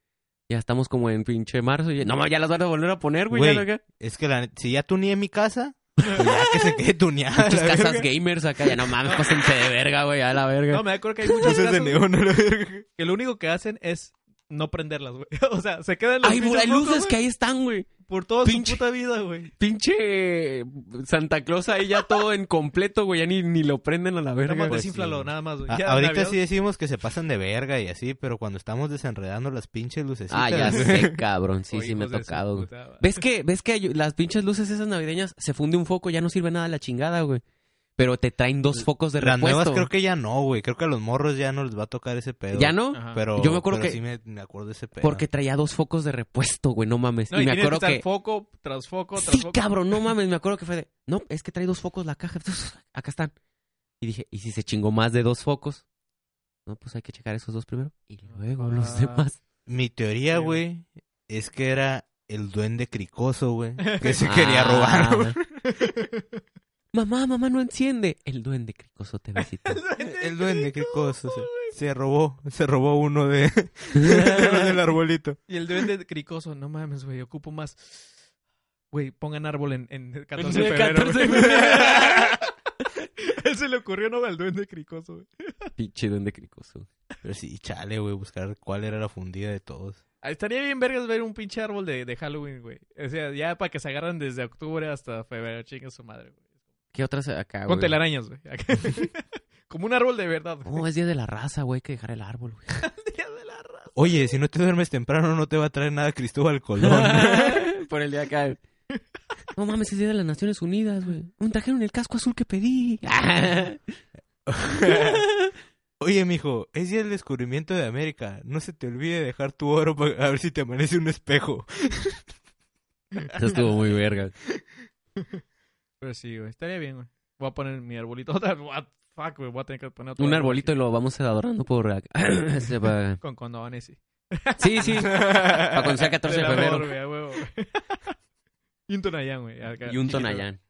Ya estamos como en pinche marzo y ya- no, ma, ya las van a volver a poner, güey. Güey, ya no- Es que la, neta, si ya tuneé mi casa, pues ya que se quede tuneada. Pinches la verga. casas gamers acá, ya no mames, pásense de verga, güey, a la verga. No, me acuerdo que hay Pues muchas Luces de casas neón a la verga. que lo único que hacen es no prenderlas, güey. O sea, se quedan los Ay, güey, pinches hay luces focos, que güey, ahí están, güey. por toda pinche- su puta vida, güey. Pinche eh, Santa Claus ahí ya todo en completo, güey, ya ni, ni lo prenden a la Nada verga. más güey. Ah, desínflalo, sí. nada más, güey. A- Ya, ahorita Navidad, sí decimos que se pasan de verga y así, pero cuando estamos desenredando las pinches lucecitas. Ah, ya sé, cabrón, sí, oh, sí me ha hijos de su tocado, güey. puta madre. ¿Ves que, ves que hay- las pinches luces esas navideñas se funde un foco, ya no sirve nada la chingada, güey. Pero te traen dos focos de Las repuesto. nuevas creo que ya no, güey. Creo que a los morros ya no les va a tocar ese pedo. ¿Ya no? Ajá. Pero, Yo me acuerdo pero que- sí me, me acuerdo de ese pedo. Porque traía dos focos de repuesto, güey, no mames. No, y me tienes acuerdo que... que... estar foco tras foco, tras Sí, foco. cabrón, no mames, me acuerdo que fue de... No, es que trae dos focos la caja. Acá están. Y dije, ¿y si se chingó más de dos focos? No, pues hay que checar esos dos primero. Y luego los Ah. demás. Mi teoría, Sí, güey. güey, es que era el duende cricoso, güey. Que se quería robar, güey. Ah. mamá, mamá, no enciende. El duende cricoso te visitó. El duende cricoso. Se, se robó, se robó uno de, del arbolito. Y el duende cricoso, no mames, güey, ocupo más. Güey, pongan árbol en, en el 14 de El febrero. 14 de güey. febrero. Él se le ocurrió, no, al duende cricoso, güey. Pinche duende cricoso. Pero sí, chale, güey, buscar cuál era la fundida de todos. Ah, Estaría bien vergas ver un pinche árbol de, de Halloween, güey. O sea, ya para que se agarran desde octubre hasta febrero, chinga su madre, güey. ¿Qué otras acá, Con Ah, güey? telarañas, güey. Como un árbol de verdad, güey. No, es día de la raza, güey, hay que dejar el árbol, güey. Día de la raza. Oye, si no te duermes temprano no te va a traer nada Cristóbal Colón. Por el día acá. No mames, es día de las Naciones Unidas, güey. Me trajeron el casco azul que pedí. Oye, mijo, es día del descubrimiento de América. No se te olvide dejar tu oro pa- a ver si te amanece un espejo. Eso estuvo muy verga. Pero sí, güey, estaría bien, güey. Voy a poner mi arbolito. Otra- What fuck, güey, voy a tener que poner otro Un árbol arbolito y lo vamos adornando por acá. Este, pa- aquí. Con condones, sí. Sí, sí. Para cuando Ah, sea 14 de Del amor, febrero. güey, a huevo. y un tonayán, güey. acá. Y un tonallán.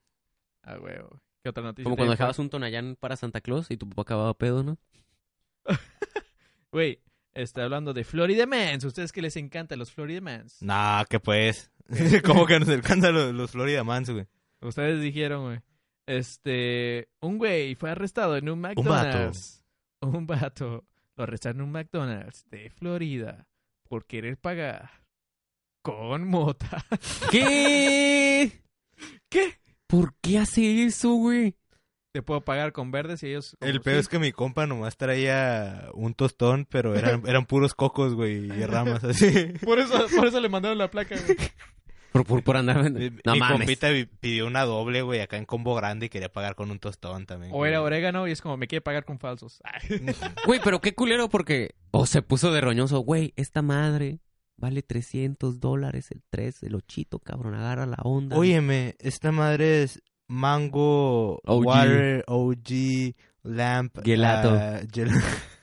Ah, huevo. ¿Qué otra noticia? Como cuando te- dejabas un tonallán para Santa Claus y tu papá acababa pedo, ¿no? Güey, Está hablando de Florida Mans. Ustedes que les encantan los Florida Mans. Nah, que pues. ¿Cómo que nos alcanzan los, los Florida Mans, güey? Ustedes dijeron, güey. Este, un güey fue arrestado en un McDonald's. Un vato. Lo arrestaron en un McDonald's de Florida por querer pagar con mota. ¿Qué? ¿Qué? ¿Por qué hace eso, güey? Te puedo pagar con verdes y ellos... como, El peor "Sí". es que mi compa nomás traía un tostón, pero eran, eran puros cocos, güey, y ramas así. Por eso, por eso le mandaron la placa, güey. Por, por, por andar... Mi- No mi mames. compita vi- pidió una doble, güey, acá en combo grande y quería pagar con un tostón también. O era güey. orégano y es como, me quiere pagar con falsos. Ay. Güey, pero qué culero porque... O se puso de roñoso. Güey, esta madre vale 300 dólares el 3, el ochito, cabrón. Agarra la onda. Óyeme, esta madre es mango, OG. water, OG, lamp, Gelato. ah, gel-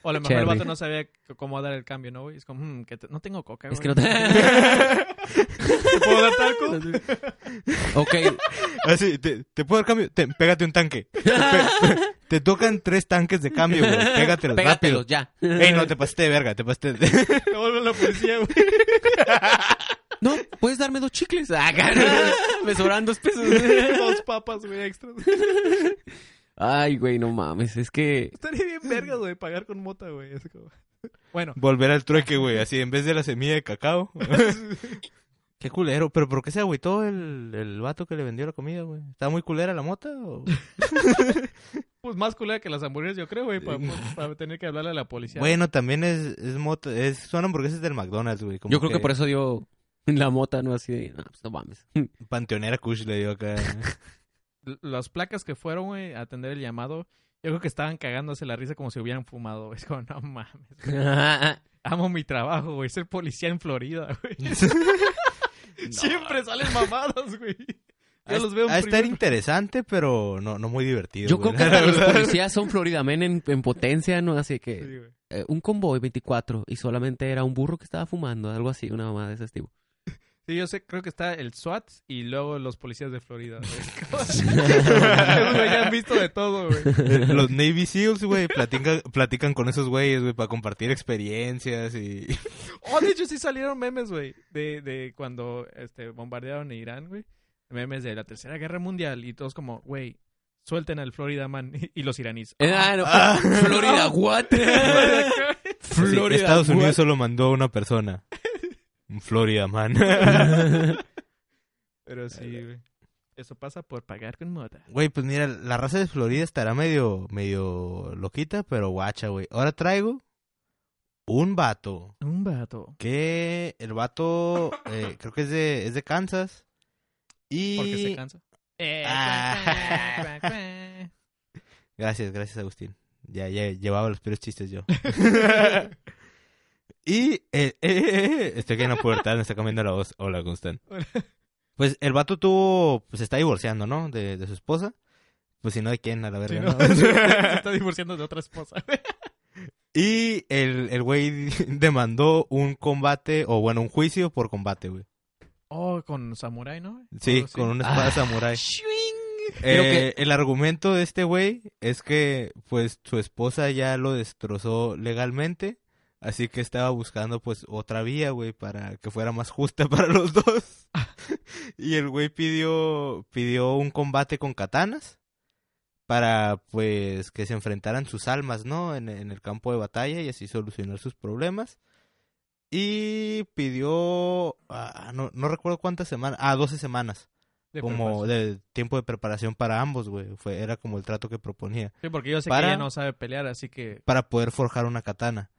O a lo mejor el Cherry. vato no sabía c- cómo dar el cambio, ¿no, güey? Es como, "Mm, que te- no tengo coca, güey. Es que no te... ¿Te puedo dar talco? ok. Así, Ah, te, te puedo dar cambio, Te- pégate un tanque. Pe- pe- te tocan tres tanques de cambio, güey. Pégatelos, Pégatelo, rápido. ya. Ey, no, te pasaste de verga, te pasaste de... Te vuelve la policía, güey. No, puedes darme dos chicles. Ah, cabrón. Me sobran dos pesos. Dos papas, güey, extras. Ay, güey, no mames. Es que. Estaría bien vergas, güey, pagar con mota, güey. Es como- Bueno, Volver al trueque, güey, así, en vez de la semilla de cacao. qué culero, pero ¿por qué se agüitó el, el vato que le vendió la comida, güey? ¿Está muy culera la mota? o? pues más culera que las hamburguesas, yo creo, güey, para, tener que hablarle a la policía. Bueno, también es, es mota, es, son hamburguesas del McDonald's, güey. como Yo creo que por eso dio la mota, ¿no? Así de. No, pues no mames. Panteonera Kush le dio acá. L- Las placas que fueron, güey, a atender el llamado, yo creo que estaban cagándose la risa como si hubieran fumado, güey. Es como, no mames. Amo mi trabajo, güey. Ser policía en Florida, güey. Siempre salen mamadas, güey. Yo los veo en a estar primer- interesante, pero no, no muy divertido. Yo creo güey, que la hasta los verdad. policías son Florida Men en, en potencia, ¿no? Así que. Sí, güey. eh, un convoy 24 y solamente era un burro que estaba fumando, algo así, una mamada de ese tipo. Sí, yo sé, creo que está el SWAT y luego los policías de Florida. güey. Esos güey ya han visto de todo, güey. Los Navy Seals, güey, platican, platican con esos güeyes, güey, para compartir experiencias y... Oh, de hecho sí salieron memes, güey, de, de cuando este, bombardearon Irán, güey. Memes de la Tercera Guerra Mundial y todos como, güey, suelten al Florida Man y los iraníes. Eh, Ah, ah, no, Ah. Florida, what? Pues Sí, Estados Unidos solo mandó una persona. Un Florida man. Pero sí, güey. Eso pasa por pagar con mota. Güey, pues mira, la raza de Florida estará medio, medio loquita, pero guacha, güey. Ahora traigo un vato. Un vato. Que el vato, eh, creo que es de, es de Kansas. Y... Porque se cansa. Eh, Ah. cuac, cuac, cuac, Gracias, gracias, Agustín. Ya, ya llevaba los peores chistes yo. y el- eh, eh, eh, estoy aquí en la pubertad, me está cambiando la voz. Hola, Constan. Hola. Pues el vato tuvo, pues se está divorciando, ¿no? De, de su esposa. Pues si no, ¿de quién? A la Sí, verga, no, ¿no? se está divorciando de otra esposa. güey. Y el, el güey demandó un combate, o bueno, un juicio por combate, güey. Oh, con Samurai, ¿no? Sí, Algo así. con una espada Ah. samurái. Creo Eh, El argumento de este güey es que, pues, su esposa ya lo destrozó legalmente. Así que estaba buscando, pues, otra vía, güey, para que fuera más justa para los dos. y el güey pidió, pidió un combate con katanas para, pues, que se enfrentaran sus almas, ¿no? En, en el campo de batalla y así solucionar sus problemas. Y pidió, ah, no, no recuerdo cuántas semanas, ah, 12 semanas De como perverso. de tiempo de preparación para ambos, güey. Fue, era como el trato que proponía. Sí, porque yo sé para- que ella no sabe pelear, así que... Para poder forjar una katana.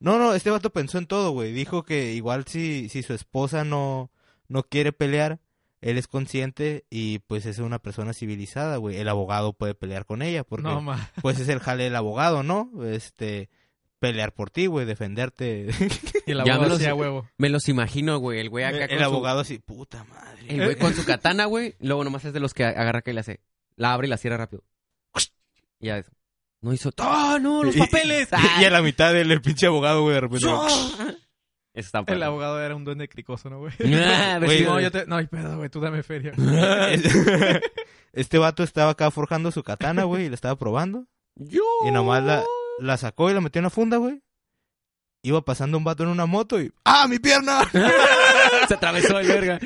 No, no, este vato pensó en todo, güey. Dijo que igual si, si su esposa no, no quiere pelear, él es consciente y pues es una persona civilizada, güey. El abogado puede pelear con ella porque No, ma. pues es el jale del abogado, ¿no? Este, pelear por ti, güey, defenderte. Y Ya el abogado me lo hacía sé. huevo. Me los imagino, güey, el güey acá el con su- abogado así, puta madre. El güey con su katana, güey. Luego nomás es de los que agarra que le hace. La abre y la cierra rápido. Y ya es. No hizo. ¡Ah, no! ¡Los Y- papeles! Ah, Y a la mitad del el pinche abogado, güey, de repente. Pues Eso está El bueno. abogado era un duende cricoso, ¿no, güey? Ah, Güey, vestido no, de- yo te... No, hay pedo, güey, tú dame feria. este vato estaba acá forjando su katana, güey, y la estaba probando. Yo. Y nomás la, la sacó y la metió en la funda, güey. Iba pasando un vato en una moto y ¡Ah, mi pierna! Se atravesó el verga.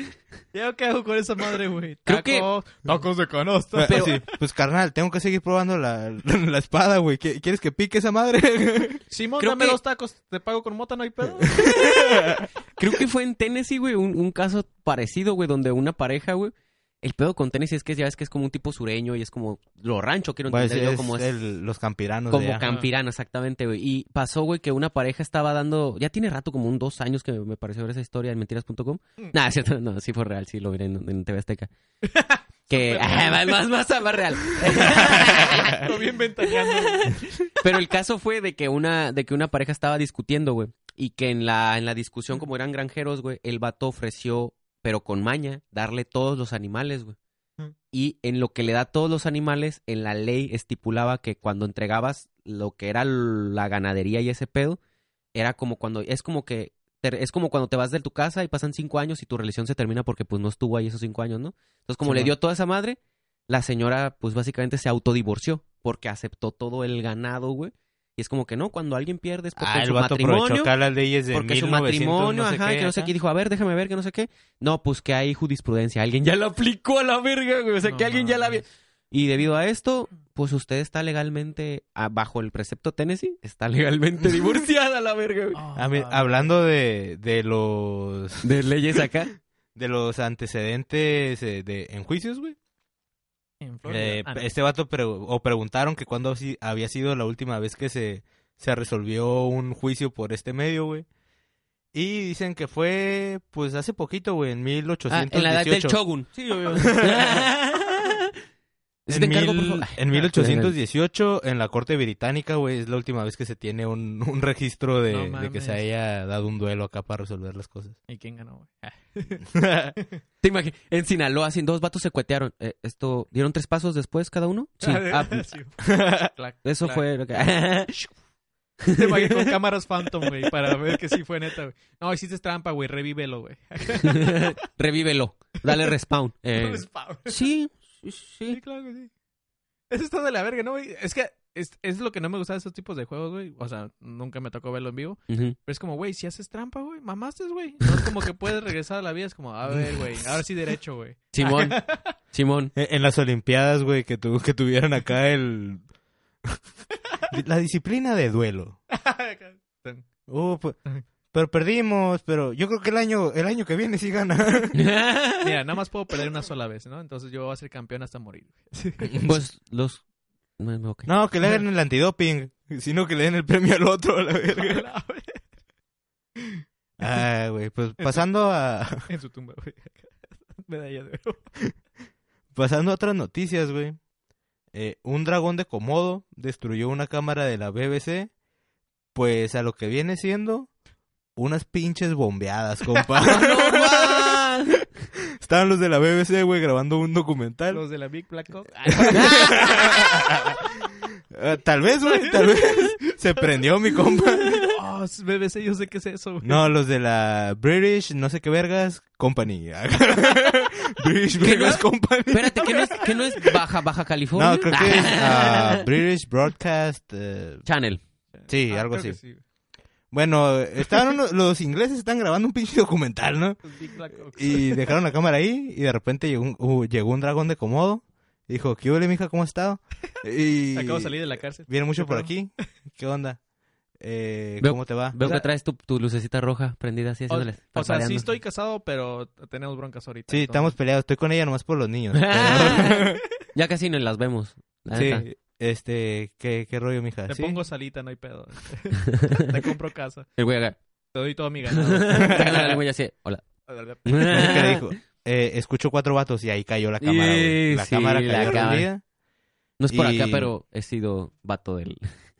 ¿Ya qué hago con esa madre, güey? Creo que- Tacos, tacos de canasta. Pero... pues carnal, tengo que seguir probando la, la espada, güey. ¿Qui- ¿Quieres que pique esa madre? Simón, creo dame que- dos tacos, te pago con mota, no hay pedo. Creo que fue en Tennessee, güey, un, un caso parecido, güey, donde una pareja, güey. El pedo con Tennessee es que ya ves que es como un tipo sureño y es como lo rancho, quiero Pues, entender yo, es como es. el- los campiranos. Como de allá. campirano, exactamente, güey. Y pasó, güey, que una pareja estaba dando. Ya tiene rato, como un dos años que me pareció ver esa historia en mentiras.com. Mm. Nada, es cierto, no, sí fue real, sí lo vi en, en TV Azteca. que. más, más, más, más real. Todo bien ventaneando. güey. Pero el caso fue de que una, de que una pareja estaba discutiendo, güey. Y que en la, en la discusión, como eran granjeros, güey, el vato ofreció, pero con maña, darle todos los animales, güey. Mm. Y en lo que le da todos los animales, en la ley estipulaba que cuando entregabas lo que era la ganadería y ese pedo, era como cuando, es como que, te- es como cuando te vas de tu casa y pasan cinco años y tu relación se termina porque pues no estuvo ahí esos cinco años, ¿no? Entonces como le Simón. dio toda esa madre, la señora pues básicamente se autodivorció porque aceptó todo el ganado, güey. Y es como que no, cuando alguien pierde es porque Ah, en el su vato aprovechó matrimonio, acá las leyes de porque su 1900 matrimonio, no sé ajá, qué, que no sé acá. qué, dijo, a ver, déjame ver, que no sé qué. No, pues que hay jurisprudencia, alguien ya lo aplicó a la verga, güey, o sea, No que alguien ya la había... mames. Y debido a esto, pues usted está legalmente, ah, bajo el precepto Tennessee, está legalmente divorciada la verga, güey. Ah, Ah, mira, madre. hablando de, de los De leyes acá. de los antecedentes eh, de en juicios, güey. En Florida. Eh, Ah, no. este vato pre- o preguntaron que cuándo si- había sido la última vez que se, se resolvió un juicio por este medio, güey. Y dicen que fue pues hace poquito, güey, en Ah, 1818. en la edad del Shogun. Sí, obvio. Sí, En, te encargo, por mil- favor. Ah, en 1818, en la corte británica, güey, es la última vez que se tiene un, un registro de, No de que se mames. haya dado un duelo acá para resolver las cosas. ¿Y quién ganó, güey? Ah, Te imaginas, en Sinaloa, sin dos vatos se cuetearon. Eh, esto, ¿dieron tres pasos después cada uno? Sí. Ah, sí. Clac, eso clac. fue lo que... Te imaginé con cámaras Phantom, güey, para ver que sí fue neta, güey. No, hiciste trampa, güey, revívelo, güey. Revívelo. Dale respawn. Eh, Pues, pa- sí, sí, Sí, sí. claro que sí. Eso está de la verga, ¿no, güey? Es que es, es lo que no me gusta de esos tipos de juegos, güey. O sea, nunca me tocó verlo en vivo. Ujú. Pero es como, güey, si haces trampa, güey, mamaste, güey. No es como que puedes regresar a la vida. Es como, a ver, güey, ahora sí derecho, güey. Simón, Simón. En en las Olimpiadas, güey, que, tu- que tuvieron acá el... la disciplina de duelo. Uh, pe- Ajá. pero perdimos, pero yo creo que el año, el año que viene sí gana. Mira, nada más puedo perder una sola vez, ¿no? Entonces yo voy a ser campeón hasta morir. pues los... No, no, ok. No, que le den el antidoping, sino que le den el premio al otro, a la verga. Ah, güey, pues pasando a, en su tumba, güey. Medalla de oro. pasando a otras noticias, güey. Eh, un dragón de Komodo destruyó una cámara de la BBC, pues a lo que viene siendo unas pinches bombeadas, compa. ¡No más! Estaban los de la BBC, güey, grabando un documental. Los de la Big Black Hawk. Ah, tal vez, güey, tal vez. Se prendió mi compa. Oh, es BBC, yo sé qué es eso, güey. No, los de la British, no sé qué vergas, Company. British ¿Qué Vergas Company. Espérate, ¿qué no, es, qué no es Baja, Baja California? No, creo que es ah, British Broadcast. eh, Channel. sí, Ah, algo creo así. que sí, güey. Bueno, estaban unos- los ingleses están grabando un pinche documental, ¿no? Los pues, Big Black Hawk. Y dejaron la cámara ahí y de repente llegó un, uh, llegó un dragón de Komodo. Dijo, ¿qué huele, mija? ¿Cómo has estado? Y... Acabo de salir de la cárcel. Viene mucho por Perdón. aquí. ¿Qué onda? Eh, Veo- ¿Cómo te va? Veo O sea- que traes tu, tu lucecita roja prendida así, O, haciéndoles. o sea, sí parpadeando. estoy casado, pero tenemos broncas ahorita. Sí, estamos entonces. peleados. Estoy con ella nomás por los niños. ya casi no las vemos. la neta. sí, este, ¿qué, qué rollo, mija? Te ¿Sí? pongo salita, no hay pedo. Te compro casa. El güey acá. Te doy todo mi ganado. El güey así, hola. Es que dijo, eh, escucho cuatro vatos y ahí cayó la cámara, güey. La Sí, cámara la cayó cámara. rendida. No es por acá, Y- pero he sido vato del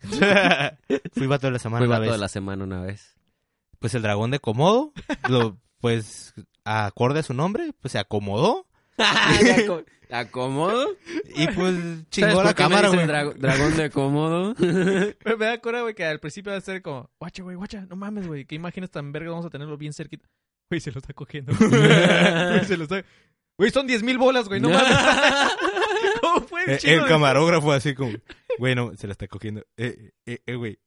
Fui vato de la semana fui una vato vez. de la semana una vez. Pues el dragón de Komodo, lo, pues, acorde a su nombre, pues se acomodó. ¿Te aco- te acomodo? Y pues ¿Sabes chingó por la qué me cámara, güey. dicen drago- dragón de cómodo. Me, me da cura, güey, que al principio va a ser como, guacha, güey, guacha, no mames, güey, qué imágenes tan verga vamos a tenerlo bien cerquita. Güey, se lo está cogiendo. Güey, se lo está. Güey, son 10 mil bolas, güey, no mames. ¿Cómo fue el Eh, chino? el camarógrafo así como, bueno, se la está cogiendo. Eh, eh, eh, güey,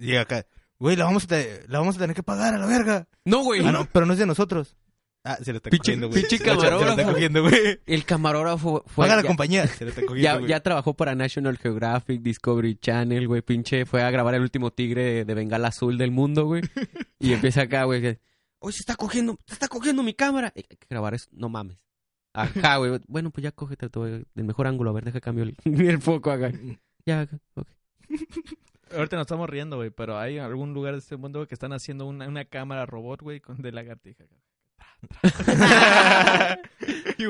llega acá. Güey, la vamos, a te- la vamos a tener que pagar a la verga. No, güey. Ah, no, pero no es de nosotros. Ah, se lo está Pinche- cogiendo, güey. pinche Se lo- se lo está camarógrafo. cogiendo, güey. El camarógrafo fue. Paga la ya- compañía. Se lo está cogiendo, Ya, güey. ya trabajó para National Geographic, Discovery Channel, güey, pinche. Fue a grabar el último tigre de, de Bengala Azul del mundo, güey. Y empieza acá, güey. que, Hoy se está cogiendo, se está cogiendo mi cámara. Eh, Hay que grabar eso, no mames. Ajá, güey. Bueno, pues ya cógete todo del mejor ángulo. A ver, deja cambio el, el foco acá. Ya, ok. Ahorita nos estamos riendo, güey, pero hay algún lugar de este mundo güey, que están haciendo una, una cámara robot, güey, con de lagartija.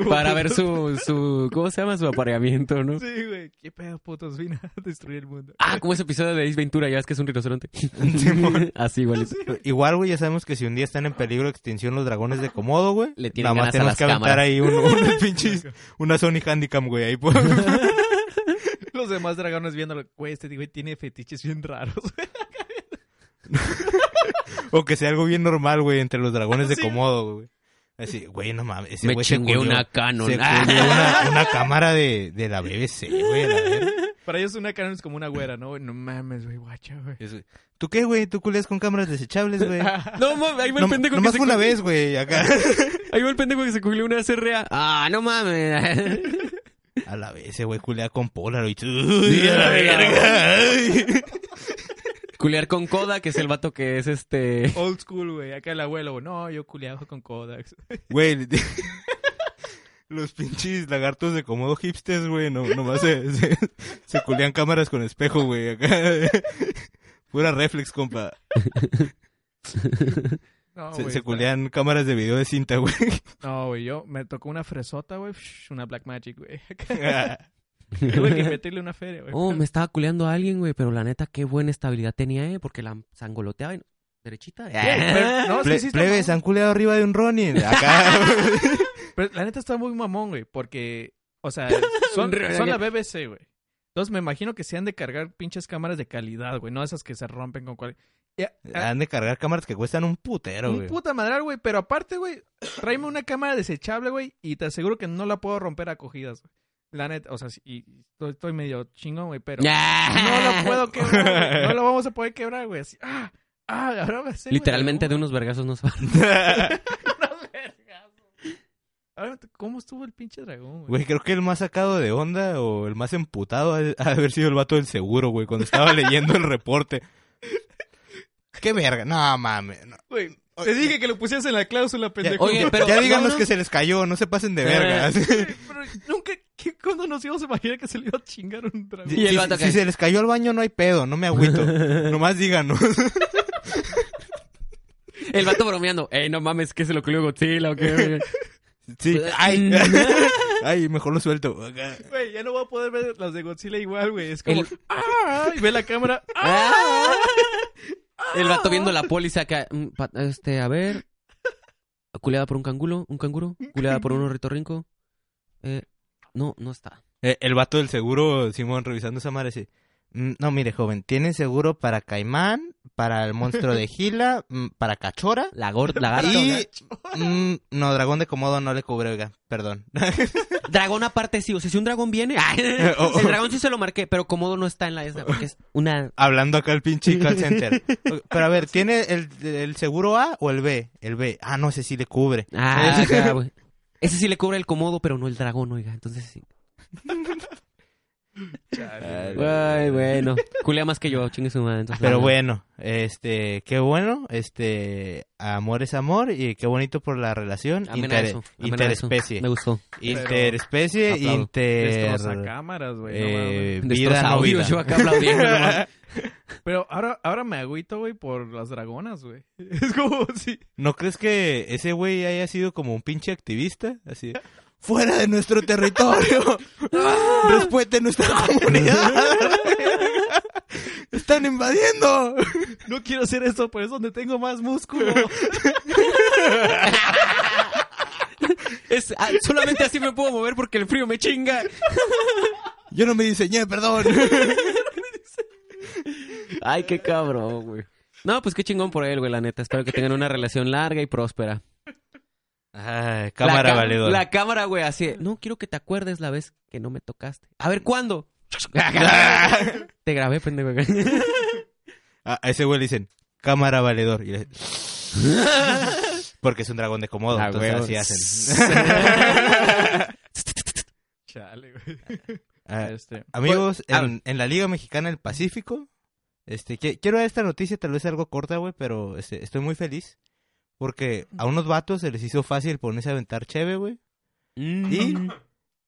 Para ver su, su, ¿cómo se llama? Su apareamiento, ¿no? Sí, güey. ¿Qué pedo, putos? Vino a destruir el mundo. Ah, como ese episodio de Ace Ventura, ya ves que es un rinoceronte. Simón. Así, igualito. Igual, güey, ya sabemos que si un día están en peligro de extinción los dragones de Komodo, güey. Le tienen Nada más ganas a tenemos las que aventar cámaras. ahí un, unos pinches, una Sony Handicam, güey. Ahí por... Los demás dragones viéndolo. Güey, este güey tiene fetiches bien raros. güey. o que sea algo bien normal, güey, entre los dragones de Sí. Komodo, güey. Así, güey, no mames. Ese Me güey se chingué culió- una Canon. se Ah. culió una, una cámara de, de la BBC, güey. a la verga. Para ellos una cara es como una güera, ¿no? No mames, güey, guacha, güey. Es- ¿Tú qué, güey? ¿Tú culeas con cámaras desechables, güey? Ah, No, mames, ahí va el No, pendejo nomás que se fue una cu- vez, güey, acá. Ahí va el pendejo que se cubrió una CRA. Ah, no mames. A la vez, ese güey culea con Polaroid. Uy, a la verga. Ay. Culear con Koda, que es el vato que es este. Old school, güey. Acá el abuelo, güey. No, yo culeajo con Kodak. Güey, de- los pinches lagartos de comodo hipsters, güey, no, nomás se, se, se culean cámaras con espejo, güey, acá. Pura reflex, compa. No, Se, güey. se culean cámaras de video de cinta, güey. No, güey, yo me tocó una fresota, güey. psh, Una Black Magic, güey. Tuve que meterle una feria, güey. Oh, me estaba culeando a alguien, güey. Pero la neta, qué buena estabilidad tenía, ¿eh? Porque la sangoloteaba. y- Derechita. Pero- no, sí, Ple- sí está plebes, han culeado arriba de un Ronin. Acá. Pero la neta está muy mamón, güey, porque, o sea, son, son la BBC, güey. Entonces me imagino que se han de cargar pinches cámaras de calidad, güey, no esas que se rompen con cual... Y a- a- Han de cargar cámaras que cuestan un putero, un güey. puta madral, güey, pero aparte, güey, tráeme una cámara desechable, güey, y te aseguro que no la puedo romper a cogidas, güey. La neta, o sea, sí, y y estoy, estoy medio chingón, güey, pero... No la puedo quebrar, güey, no la vamos a poder quebrar, güey, así... Ah, ah, ahora va a ser, güey, Literalmente de unos vergazos nos va. una verga, güey. Ahora, ¿Cómo estuvo el pinche dragón, güey? Güey, creo que el más sacado de onda o el más emputado ha de ha de haber sido el vato del seguro, güey, cuando estaba leyendo el reporte. Qué verga, no mames. no. Güey, te dije que lo pusieras en la cláusula, pendejo. Oye, pero- ya díganos no, no. que se les cayó, no se pasen de verga. Eh, Sí, Pero nunca, ¿qué, ¿cuándo nos íbamos a imaginar que se le iba a chingar un dragón? Y el si- vato si, que- se les cayó al baño, no hay pedo, no me agüito. Nomás díganos. El vato bromeando. Ey, no mames, que se lo culió Godzilla o qué, güey? Sí, ay, ay, mejor lo suelto. Güey, ya no voy a poder ver las de Godzilla igual, güey. Es como, El- ¡ah! Y ve la cámara, ¡ah! Ah. El Ah. vato viendo la póliza acá. mm, pa- Este, a ver. Culeada por un canguro, un canguro. Culeada por un ornitorrinco. Eh, no, no está. Eh, el vato del seguro, Simón, revisando esa madre, sí. Mm, No, mire, joven, tiene seguro para Caimán, para el monstruo de Gila, mm, para Cachora. La gor- la garra. Y... Mm, no, dragón de Komodo no le cubre, oiga, perdón. Dragón aparte sí, o sea, si un dragón viene, ¡ay! Oh, oh. el dragón sí se lo marqué, pero cómodo no está en la esa porque es una Hablando acá el pinche call center. Pero a ver, ¿tiene el, el seguro A o el B? El B. Ah, no sé si le cubre. ah, acá, güey. Ese sí le cubre el cómodo, pero no el dragón, oiga, entonces sí. Chale, güey. Ay, bueno, culea más que yo, chingue su madre. entonces, Pero la- bueno, este, qué bueno, este, amor es amor y qué bonito por la relación amén a inter- eso, amén a eso. interespecie. Me gustó. Interespecie, Aplaudo. inter... Destroza cámaras, güey. Pues no eh, mames. vida Destroza no audio, vida. Yo acá aplaudiendo. nomás. pero ahora, ahora me agüito, güey, por las dragonas, güey. Es como, sí. ¿No crees que ese güey haya sido como un pinche activista? Así, de, fuera de nuestro territorio, respete nuestra comunidad. Están invadiendo. No quiero hacer esto, pero es donde tengo más músculo. Es- ah, solamente así me puedo mover porque el frío me chinga. Yo no me diseñé, perdón. Ay, qué cabrón, güey. No, pues qué chingón por él, güey, la neta. Espero que tengan una relación larga y próspera. Ay, la, cámara ca- valedora. La cámara, güey, así. No quiero que te acuerdes la vez que no me tocaste. A ver, ¿cuándo? te grabé, pendejo. A a ese güey le dicen, cámara valedor. Y le- Porque es un dragón de comodo, Ah, entonces huevo. así hacen. Chale, güey. Ah, Este, Amigos, ah, en, en la Liga Mexicana del Pacífico, este, que- quiero dar esta noticia, tal vez algo corta, güey, pero este, estoy muy feliz. Porque a unos vatos se les hizo fácil ponerse a aventar cheve, güey. Y Mm.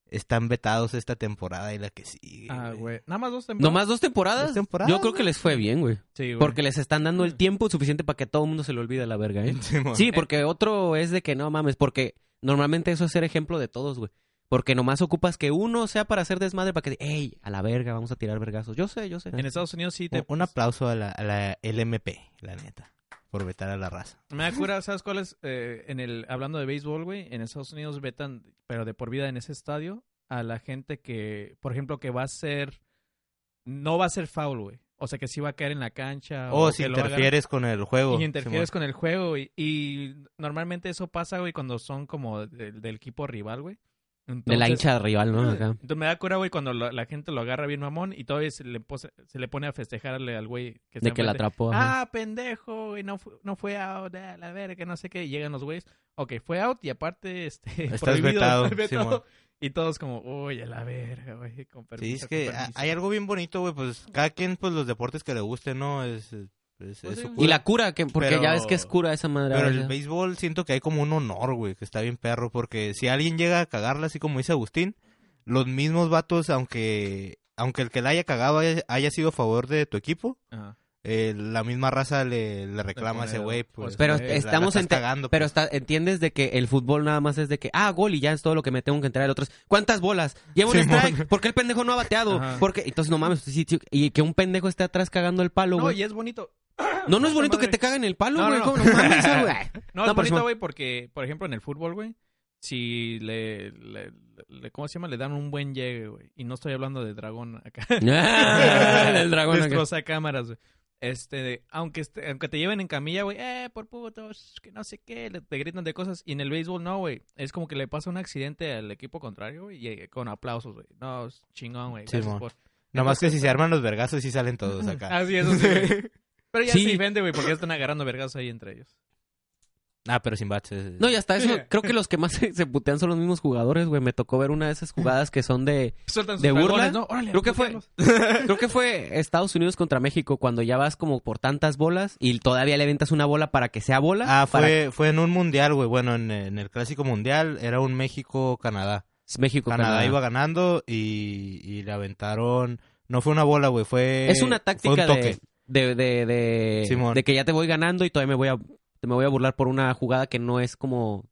están vetados esta temporada y la que sigue. ah, güey. Nada más dos temporadas. Nomás dos temporadas. Dos temporadas, Yo creo que les fue bien, güey. Sí, güey. Porque les están dando el tiempo suficiente para que a todo el mundo se le olvide la verga, ¿eh? Simón. Sí, porque otro es de que no mames, porque normalmente eso es ser ejemplo de todos, güey. Porque nomás ocupas que uno sea para hacer desmadre, para que diga, ey, a la verga, vamos a tirar vergazos. Yo sé, yo sé. En Estados Unidos sí te... Un, un aplauso a la, a la LMP, la neta, por vetar a la raza. Me da cura, ¿sabes cuál es? Eh, en el, hablando de béisbol, güey, en Estados Unidos vetan, pero de por vida en ese estadio, a la gente que, por ejemplo, que va a ser, no va a ser foul, güey. O sea, que sí va a caer en la cancha. Oh, O si Ah, que lo hagan- interfieres con el juego. Y interfieres con el juego. Y, y normalmente eso pasa, güey, cuando son como del, del equipo rival, güey. de la Entonces- eh, hincha rival, ¿no? Acá. Entonces me da cura, güey, cuando lo- la gente lo agarra bien mamón y todavía se le, pose- se le pone a festejarle al güey que está De que la enfrente. atrapó. ajá. Ah, pendejo, güey, no, fu- no fue out, ah, la verga, no sé qué. Y llegan los güeyes, ok, fue out y aparte, este, Estás prohibido, vetado, estás vetado. Simón. Y todos como, uy, a la verga, güey, con permiso. Sí, es con que permiso". a- hay algo bien bonito, güey, pues cada quien, pues los deportes que le guste, ¿no? Es, es- es Pues sí, su güey. y la cura, que porque Pero- ya ves que es cura esa madre. Pero a el veces. béisbol siento que hay como un honor, güey, que está bien perro, porque si alguien llega a cagarla, así como dice Agustín, los mismos vatos, aunque aunque el que la haya cagado haya, haya sido a favor de tu equipo, Ajá. eh, la misma raza le, le reclama a pone ese el- güey. Pues, pues, Pero eh, la- la estamos estás ente- cagando, Pero pues. está, entiendes de que el fútbol nada más es de que, ah, gol y ya es todo lo que me tengo que enterar. El otro es, ¿cuántas bolas? Llevo un Simón. strike. ¿Por qué el pendejo no ha bateado? Ajá. Porque, entonces, no mames. sí, sí, y que un pendejo esté atrás cagando el palo, No, güey. y es bonito. No, no, es bonito que te caguen el palo, No, güey. no, ¿Cómo no. No, mames, güey. No, No, es pero bonito, Simón. güey, porque, por ejemplo, en el fútbol, güey, si le, le- le- ¿cómo se llama? Le dan un buen llegue, güey. Y no estoy hablando de dragón acá. Ah, el dragón acá. Destroza cámaras, güey. Este, aunque, este- aunque te lleven en camilla, güey, eh, por putos, que no sé qué, le- te gritan de cosas. Y en el béisbol, no, güey. Es como que le pasa un accidente al equipo contrario, güey, y eh, con aplausos, güey. No, es chingón, güey. Sí, gracias mon. por- Nomás que si se arman los vergazos, sí salen todos Ah. acá. Así es, sí, güey. Pero ya Sí. se vende, güey, porque ya están agarrando vergas ahí entre ellos. Ah, pero sin bats. es- No, y hasta eso, creo que los que más se, se putean son los mismos jugadores, güey. Me tocó ver una de esas jugadas que son de. Sueltan sus ¿De burla? dragones, ¿no? Órale, Creo que fue- putearlos. Creo que fue Estados Unidos contra México, cuando ya vas como por tantas bolas y todavía le aventas una bola para que sea bola. Ah, para- fue, fue en un mundial, güey. Bueno, en, en el clásico mundial era un México-Canadá. México, Canadá, Canadá. iba ganando y, y le aventaron. No fue una bola, güey. Fue. es una fue táctica un toque. de, de, de, de- Simón. de que ya te voy ganando y todavía me voy a, te- me voy a burlar por una jugada que no es como Es como,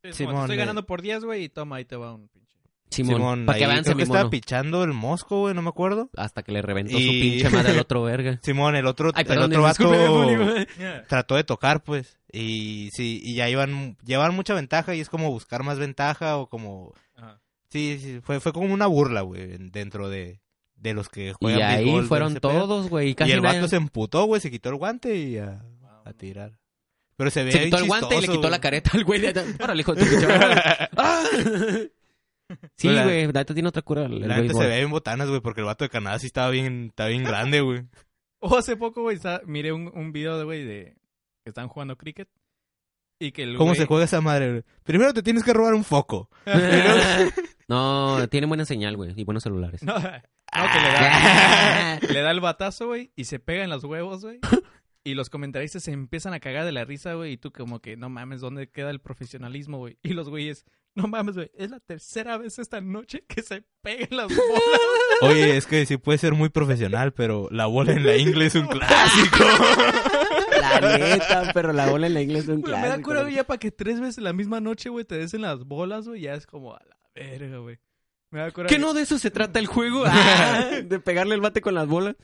te Simón, estoy eh. ganando por 10, güey, y toma, ahí te va un pinche. Simón. para ahí que avance creo que mi estaba mono. pichando el mosco, güey, no me acuerdo. Hasta que le reventó su Y- pinche madre al otro verga. Simón, el otro, Ay, el perdón, eh, otro disculpe, vato digo. trató de tocar, pues. Y sí, y ya iban, llevan mucha ventaja y es como buscar más ventaja o como. Ajá. Sí, sí, fue, fue como una burla, güey, en- dentro de, de los que Y juegan. ahí béisbol, güey, fueron ese pedo. todos, güey. Y Y casi el vato nadie- se emputó, güey, se quitó el guante y a, a tirar. Pero se ve se quitó el guante y le quitó la careta al güey. Órale, hijo de tu pinche madre. ¡Ah! Sí, Hola. güey, la neta tiene otra cura el, el La neta béisbol. se ve bien botanas, güey, porque el vato de Canadá sí estaba bien, estaba bien grande, güey. O hace poco, güey, está- miré un, un video de, güey, de que están jugando cricket. Y que el ¿Cómo güey- se juega esa madre, güey? Primero te tienes que robar un foco. no, tiene buena señal, güey, y buenos celulares. No, no, que le da, le da el batazo, güey, y se pega en los huevos, güey. Y los comentaristas se empiezan a cagar de la risa, güey, y tú como que, no mames, ¿dónde queda el profesionalismo, güey? Y los güeyes, no mames, güey, es la tercera vez esta noche que se pegan las bolas. Oye, es que sí puede ser muy profesional, pero la bola en la ingle es un clásico. La neta, pero la bola en la inglés es un Güey, me da clásico. cura, güey, ya para que tres veces la misma noche, güey, te des en las bolas, güey, ya es como a la verga, güey. Me da cura. ¿Que que- no de eso se trata el juego? Ah, de pegarle el bate con las bolas.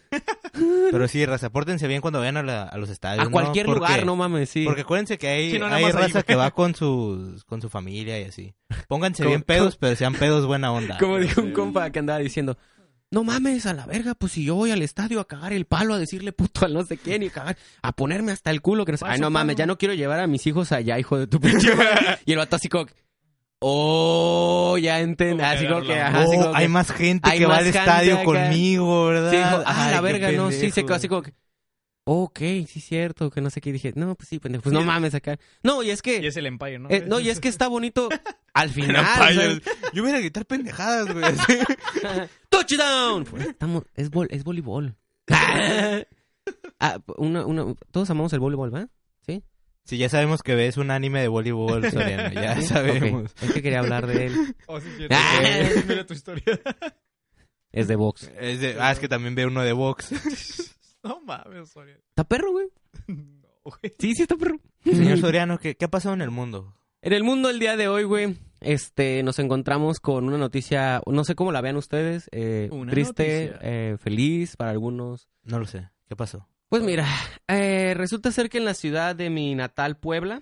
Pero sí, raza, pórtense bien cuando vayan a, la- a los estadios. A cualquier ¿Por lugar, qué? no mames, sí. Porque acuérdense que hay, Sí, no, nada hay más ahí, raza güey. que va con sus con su familia y así. Pónganse Como- bien pedos, pero sean pedos buena Ah, onda. Como dijo un compa que andaba diciendo, no mames, a la verga, pues si yo voy al estadio a cagar el palo, a decirle puto al no sé quién y cagar, a ponerme hasta el culo, que no sé. Ay, no mames, ya no quiero llevar a mis hijos allá, hijo de tu pinche madre". Y el vato así como, que, oh, ya entendí. Como que Así como agarró que, la ajá, así Oh, como que- hay más gente Hay que va más al gente estadio acá. conmigo, ¿verdad? Sí, dijo, ah, Ay, la qué verga, no, sí, se pendejo. quedó así como que, ok, sí es cierto, que no sé qué. Dije, no, pues sí, pendejo, pues no mames acá. No, y es que... Y es el Empire, ¿no? eh, no, y es que está bonito al final. Ay, ¿sabes? yo- Yo voy a ir a gritar pendejadas, güey. así. ¡Touchdown! Pues, estamos- es, vol- es voleibol. Ah, una- una- todos amamos el voleibol, ¿verdad? Sí, ya sabemos que ves un anime de voleibol soriano, ya ¿Sí? sabemos. Ok, Es que quería hablar de él. Oh, sí, sí, Ah. sí, sí, mira tu historia. Es de box. Es de- ah, es que también ve uno de box. no mames, Soria. Está perro, güey. No, güey. Sí, sí, está perro. Señor Soriano, ¿qué, qué ha pasado en el mundo? En el mundo el día de hoy, güey, este, nos encontramos con una noticia, no sé cómo la vean ustedes, eh, Una triste, noticia. eh, feliz para algunos. No lo sé. ¿Qué pasó? Pues mira, eh, resulta ser que en la ciudad de mi natal Puebla,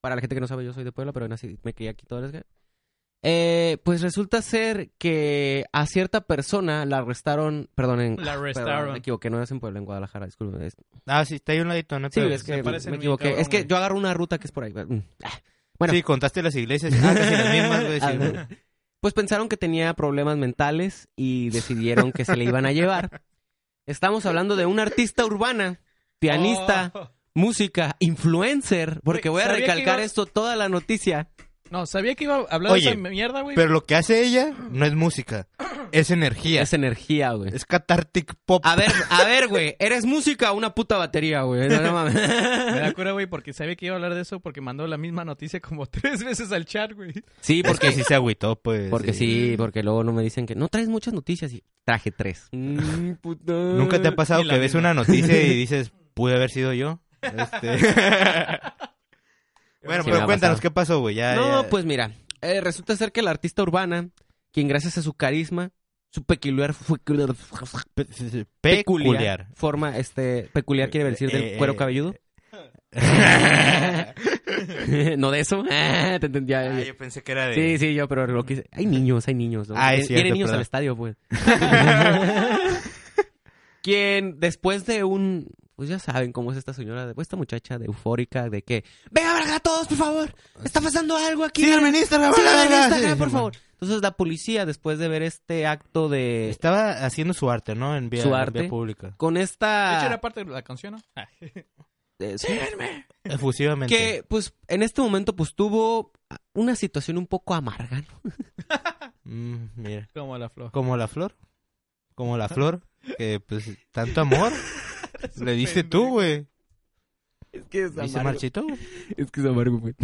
para la gente que no sabe, yo soy de Puebla, pero nací, me crié aquí toda la vida, eh, pues resulta ser que a cierta persona la arrestaron, perdón, en, ah, La perdón, arrestaron. me equivoqué, no es en Puebla, en Guadalajara, disculpen, es- Ah, sí, está ahí un ladito, ¿no? hay sí, pedo. es que me parecen bien equivoqué, cabrón, es que güey. yo agarro una ruta que es por ahí, mm, ah, bueno. Sí, contaste las iglesias. Ah, casi las mismas, güey. sí, güey. Pues pensaron que tenía problemas mentales y decidieron que se le iban a llevar. Estamos hablando de una artista urbana, pianista, Oh. música, influencer, porque Güey, voy a sabía que recalcar ibas- esto toda la noticia. No, sabía que iba a hablar Oye, de esa mierda, güey. Pero lo que hace ella no es música, es energía. Es Ah, energía, güey. Es catártic pop. A ver, a ver, güey, ¿eres música o una puta batería, güey? No, no mames. Me da cura, güey, porque sabía que iba a hablar de eso porque mandó la misma noticia como tres veces al chat, güey. Sí, Es que porque sí se agüitó, pues. porque sí, porque luego no me dicen que no traes muchas noticias y traje tres. Mm, puta. ¿Nunca te ha pasado Y la que ves misma. una noticia y dices, pude haber sido yo? Este... bueno, Sí me pero ha cuéntanos, pasado. ¿qué pasó, güey? Ya, No, ya- pues mira, eh, resulta ser que la artista urbana, quien gracias a su carisma, su peculiar, fue- peculiar, Pe- Peculiar. forma, este, peculiar quiere decir del Eh, eh, cuero cabelludo. no de eso, Ah, te entendía. Ah, yo pensé que era de... Sí, sí, yo, pero lo quise. Hay niños, hay niños. ¿no? Ah, es Viene- cierto, Vienen niños perdón. al estadio, pues. Quien después de un. Pues ya saben cómo es esta señora, de- esta muchacha de eufórica, de que. ¡Venga, verga, todos, por favor! ¡Está pasando algo aquí! Síganme en Instagram, Síganme hola, en hola. Instagram, Sí, por sí, favor! Entonces la policía, después de ver este acto de. Estaba haciendo su arte, ¿no? En vía, Su en arte. vía pública. Con De hecho, era esta. parte de la canción, ¿no? Ah, eh, sí, Efusivamente. que, pues, en este momento, pues tuvo una situación un poco amarga, ¿no? Mm, mira. Como la flor. Como la flor. Como la flor. Que, pues, tanto amor. Le diste tú, güey. Es que es ¿Le diste marchito? güey? Es que es amargo, güey.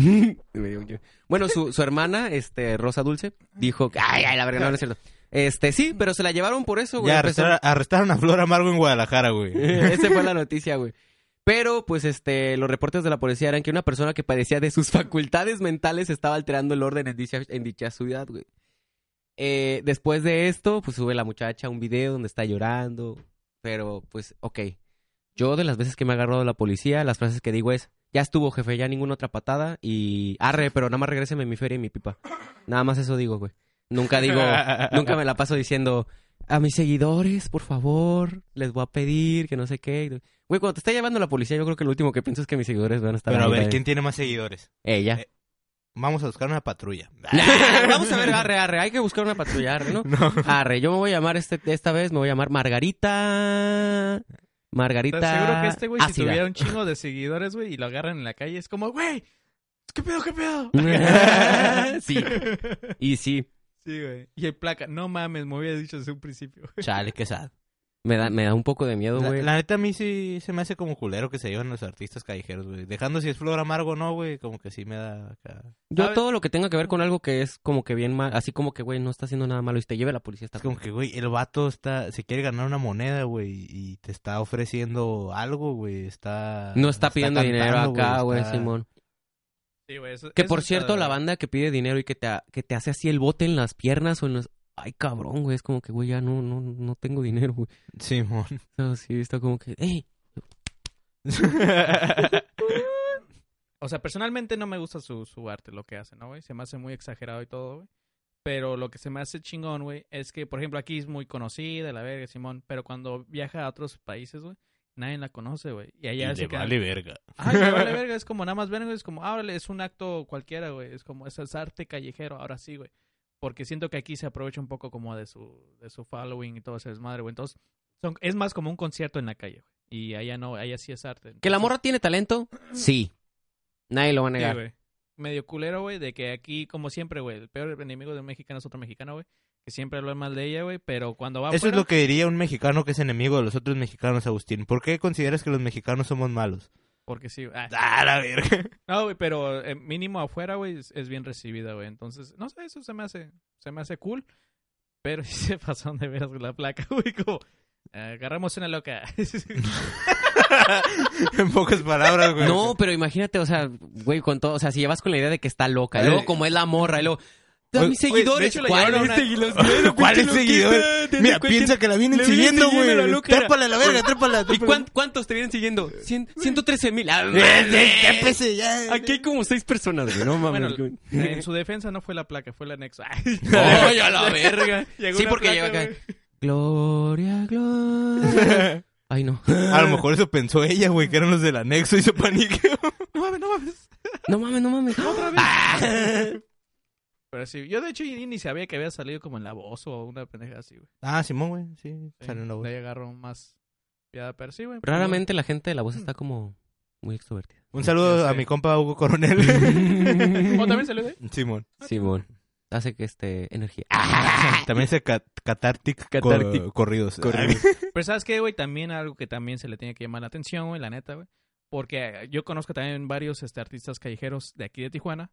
Me dio miedo. Bueno, su, su hermana, este, Rosa Dulce, dijo que, ay, ay, la verga, no, no es cierto. Este, sí, pero se la llevaron por eso, güey. Ya Empezó- arrestaron, arrestaron a Flor Amargo en Guadalajara, güey. Esa fue la noticia, güey. Pero, pues, este, los reportes de la policía eran que una persona que padecía de sus facultades mentales estaba alterando el orden en dicha, en dicha ciudad, güey. Eh, después de esto, pues sube la muchacha un video donde está llorando. Pero, pues, ok. Yo de las veces que me ha agarrado la policía, las frases que digo es, ya estuvo, jefe, ya ninguna otra patada. Y, arre, pero nada más regréseme mi feria y mi pipa. Nada más eso digo, güey. Nunca digo, nunca me la paso diciendo, a mis seguidores, por favor, les voy a pedir que no sé qué. Güey, cuando te está llevando la policía, yo creo que lo último que pienso es que mis seguidores van a estar Pero a ahí, ver, güey. ¿quién tiene más seguidores? Ella. Eh. Vamos a buscar una patrulla. Ah, Nah, vamos a ver, arre, arre, hay que buscar una patrulla, arre, ¿no? No. Arre, yo me voy a llamar este, esta vez, me voy a llamar Margarita. Margarita. Te aseguro que este güey, si ácida. tuviera un chingo de seguidores, güey, y lo agarran en la calle, es como, güey, ¿qué pedo, qué pedo? sí, y sí, Sí, güey. Y el placa, no mames, me hubiera dicho desde un principio. Chale, qué sad. me da, me da un poco de miedo, La, güey. la neta a mí sí se me hace como culero que se llevan los artistas callejeros, güey. Dejando si es Flor Amargo o no, güey, como que sí me da acá. Yo ¿sabes? todo lo que tenga que ver con algo que es como que bien mal, así como que, güey, no está haciendo nada malo y te lleve la policía, está Es como que, güey, el vato está, se quiere ganar una moneda, güey, y te está ofreciendo algo, güey, está... No está pidiendo dinero cantando, acá, güey, está- Simón. Sí, güey. eso- Que eso por está cierto, de la verdad. banda que pide dinero y que te, ha- que te hace así el bote en las piernas o en los... Ay, cabrón, güey, es como que, güey, ya no, no, no tengo dinero, güey. Simón. O sea, sí, está como que, ey, O sea, personalmente no me gusta su, su arte, lo que hace, ¿no, güey? Se me hace muy exagerado y todo, güey. Pero lo que se me hace chingón, güey, es que, por ejemplo, aquí es muy conocida, la verga, Simón. Pero cuando viaja a otros países, güey, nadie la conoce, güey. Y allá Y se le quedan- vale verga. Ah, ya vale verga, es como nada más ven, güey, es como, ah, órale, es un acto cualquiera, güey, es como, es, es arte callejero, ahora sí, güey. Porque siento que aquí se aprovecha un poco como de su, de su following y todo ese desmadre, güey. Entonces, son, es más como un concierto en la calle, güey. Y allá no, allá sí es arte. ¿Que la morra tiene talento? Sí. Nadie lo va a Sí, negar. güey. Medio culero, güey, de que aquí, como siempre, güey, el peor enemigo de un mexicano es otro mexicano, güey. Que siempre hablan mal de ella, güey, pero cuando va Eso es afuera- lo que diría un mexicano que es enemigo de los otros mexicanos, Agustín. ¿Por qué consideras que los mexicanos somos malos? Porque sí, ah. Ah, la verga. No, güey, pero eh, mínimo afuera, güey, es, es bien recibida, güey. Entonces, no sé, eso se me hace, se me hace cool. Pero sí se pasaron de veras con la placa, güey, como... Agarramos una loca. en pocas palabras, güey. No, pero imagínate, o sea, güey, con todo, o sea, si llevas con la idea de que está loca, y Oye. luego como es la morra, y luego, da Oye, mis oye, de seguidores, hecho, la ¿cuáles llevaron a una- seguidores? ¿Cuáles seguidores? Mira, piensa que la vienen siguiendo, siguiendo la güey. loca, era- Trépale a la verga, trépale. ¿Y trépale. cuán- cuántos te vienen siguiendo? Cien- 113 mil. Ah, Eh, eh, trépese, ya. Aquí hay como seis personas, güey, no Bueno, mames. güey. en su defensa no fue la placa, fue el anexo. Ay, a la verga. Llegó sí, una porque placa, llega acá. güey. Gloria, gloria. Ay, no. A lo mejor eso pensó ella, güey, que eran los del anexo y se paniqueó. No mames, no mames. No mames, no mames. Otra vez. Ah. Pero sí, yo de hecho ni ni sabía que había salido como en la voz o una pendeja así, güey. Ah, Simón, güey, sí. Sí, Salió en la voz. de ahí agarro más piada, pero sí, güey. Raramente la gente de la voz está como muy extrovertida. Un Ya saludo sé. a mi compa Hugo Coronel. ¿O también salió de ahí? Simón. Simón. Hace que este energía. También se cat catartic, co- Catártic. corridos. Ah, Corridos. Pero ¿sabes qué, güey? También algo que también se le tiene que llamar la atención, güey, la neta, güey. Porque yo conozco también varios este, artistas callejeros de aquí de Tijuana.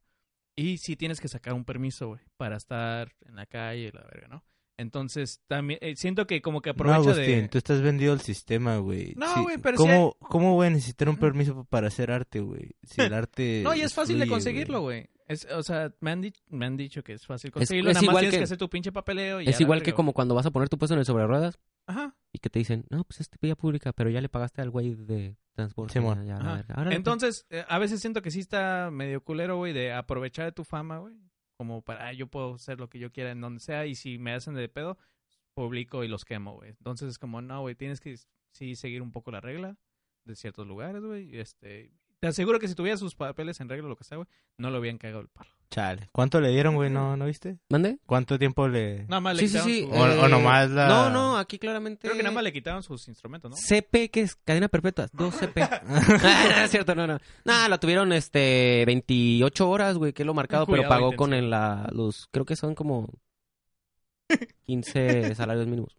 Y sí tienes que sacar un permiso, güey, para estar en la calle, la verga, ¿no? Entonces, también eh, siento que como que No, aprovecha Agustín, de... tú estás vendido al sistema, güey. No, güey, pero si ¿Cómo, ¿Cómo voy a necesitar un permiso para hacer arte, güey? Si el arte... No, y es fácil de fluye, conseguirlo, güey. Es, o sea, me han, di- me han dicho que es fácil conseguirlo. es nada más igual tienes que... que- hacer tu pinche papeleo y ya Es la igual que verga, como cuando vas a poner tu puesto en el sobre ruedas güey. Ajá. y que te dicen, no, pues este vía pública, pero ya le pagaste al güey de transporte. Simón. ya, ya, la Ajá. verga. Árale, pues". Ah, Entonces, eh, a veces siento que sí está medio culero, güey, de aprovechar de tu fama, güey. Como para, ah, yo puedo hacer lo que yo quiera en donde sea y si me hacen de pedo, publico y los quemo, güey. Entonces es como, no, güey, tienes que sí seguir un poco la regla de ciertos lugares, güey. y Este, te aseguro que si tuviera sus papeles en regla o lo que sea, güey, no lo habían cagado el palo. Chale. ¿Cuánto le dieron, güey? ¿No, ¿No viste? ¿Mande? ¿Cuánto tiempo le...? Nada más Sí, le sí, quitaron sí. su- O- eh, o nomás la- No, no, aquí claramente... Creo que nada más le quitaron sus instrumentos, ¿no? CP, que es cadena perpetua, dos CP. ah, no, es cierto, no, no. No, la tuvieron este 28 horas, güey, que es lo marcado, pero Cuidado pagó intenso. con el, la, los, creo que son como 15 salarios mínimos.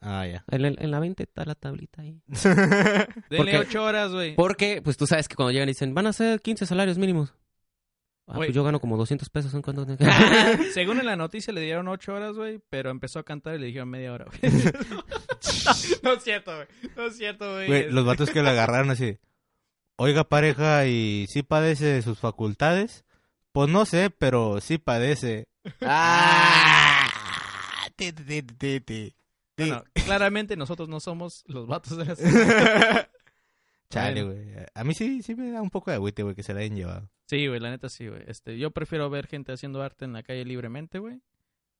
Ah, ya. En, el- en la 20 está la tablita ahí. Denle Porque- ocho horas, güey. Porque, pues tú sabes que cuando llegan y dicen, van a ser 15 salarios mínimos. Ah, Güey. pues yo gano como 200 pesos en cuanto... Según en la noticia le dieron ocho horas, güey, pero empezó a cantar y le dijeron media hora, güey. no, es cierto, güey. No es cierto, güey. Güey, Es- los vatos que le agarraron así. Oiga, pareja, ¿y sí padece de sus facultades? Pues no sé, pero sí padece. Ah, Ti, ti, ti, ti, ti. No, no, claramente nosotros no somos los vatos de la ciudad. Chale, güey. A mí sí, sí me da un poco de agüite, güey, que se la hayan llevado. Sí, güey, la neta sí, güey. Este, yo prefiero ver gente haciendo arte en la calle libremente, güey.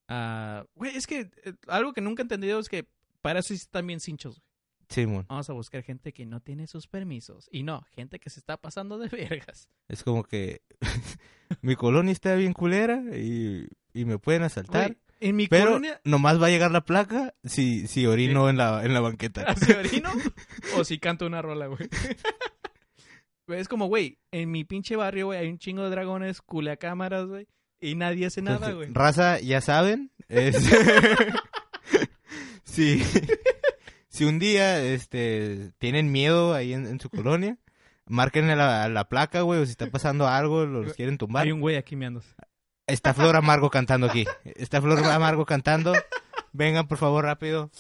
Ah, Güey, es que eh, algo que nunca he entendido es que para eso sí están bien cinchos, güey. Simón. Vamos a buscar gente que no tiene sus permisos. Y no, gente que se está pasando de vergas. Es como que mi colonia está bien culera y, y me pueden asaltar. Güey, en mi pero colonia, nomás va a llegar la placa si, si orino en, la, en la banqueta. ¿Si orino o si canto una rola, güey? Güey, Es como, güey, en mi pinche barrio, güey, hay un chingo de dragones, culeacámaras, güey, y nadie hace nada, güey. Raza, ya saben. es- si, si un día este, tienen miedo ahí en, en su colonia, márquenle la, la placa, güey, o si está pasando algo, los quieren tumbar. Hay un güey aquí meándose. Está Flor Amargo cantando aquí. Está Flor Amargo cantando. Vengan, por favor, rápido.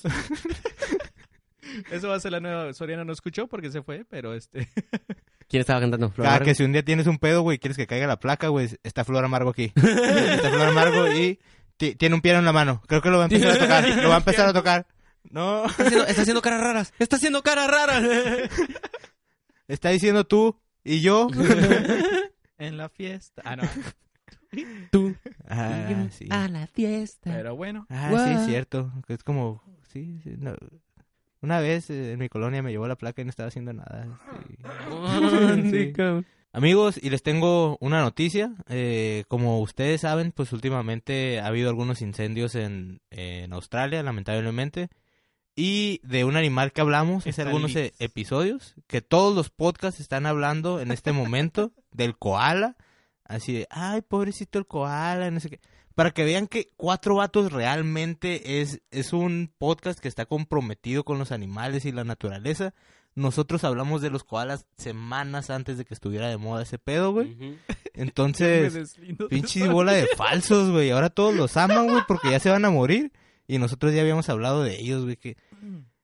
Eso va a ser la nueva. Soriana no escuchó porque se fue, pero este. ¿Quién estaba cantando? ¿Flor Cada Amargo? Ah, que si un día tienes un pedo, güey, quieres que caiga la placa, güey, está Flor Amargo aquí. Está Flor Amargo y ti- tiene un piano en la mano. Creo que lo va a empezar a tocar. Lo va a empezar a tocar. No. Está haciendo, está haciendo caras raras. Está haciendo caras raras. Está diciendo tú y yo. En la fiesta. Ah, no. Tú. Ah, sí. A la fiesta. Pero bueno. Ah, sí, es cierto. Que Es como, sí, sí, no. Una vez eh, en mi colonia me llevó la placa y no estaba haciendo nada. sí. Sí. Amigos, y les tengo una noticia. Eh, como ustedes saben, pues últimamente ha habido algunos incendios en, en Australia, lamentablemente. Y de un animal que hablamos hace Está algunos eh, Lix. episodios, que todos los podcasts están hablando en este momento del koala. Así de, ay, pobrecito el koala, no sé qué. Para que vean que Cuatro Vatos realmente es, es un podcast que está comprometido con los animales y la naturaleza. Nosotros hablamos de los koalas semanas antes de que estuviera de moda ese pedo, güey. Entonces, Me deslindo de Pinches todo. bola de falsos, güey. Ahora todos los aman, güey, porque ya se van a morir. Y nosotros ya habíamos hablado de ellos, güey. Que,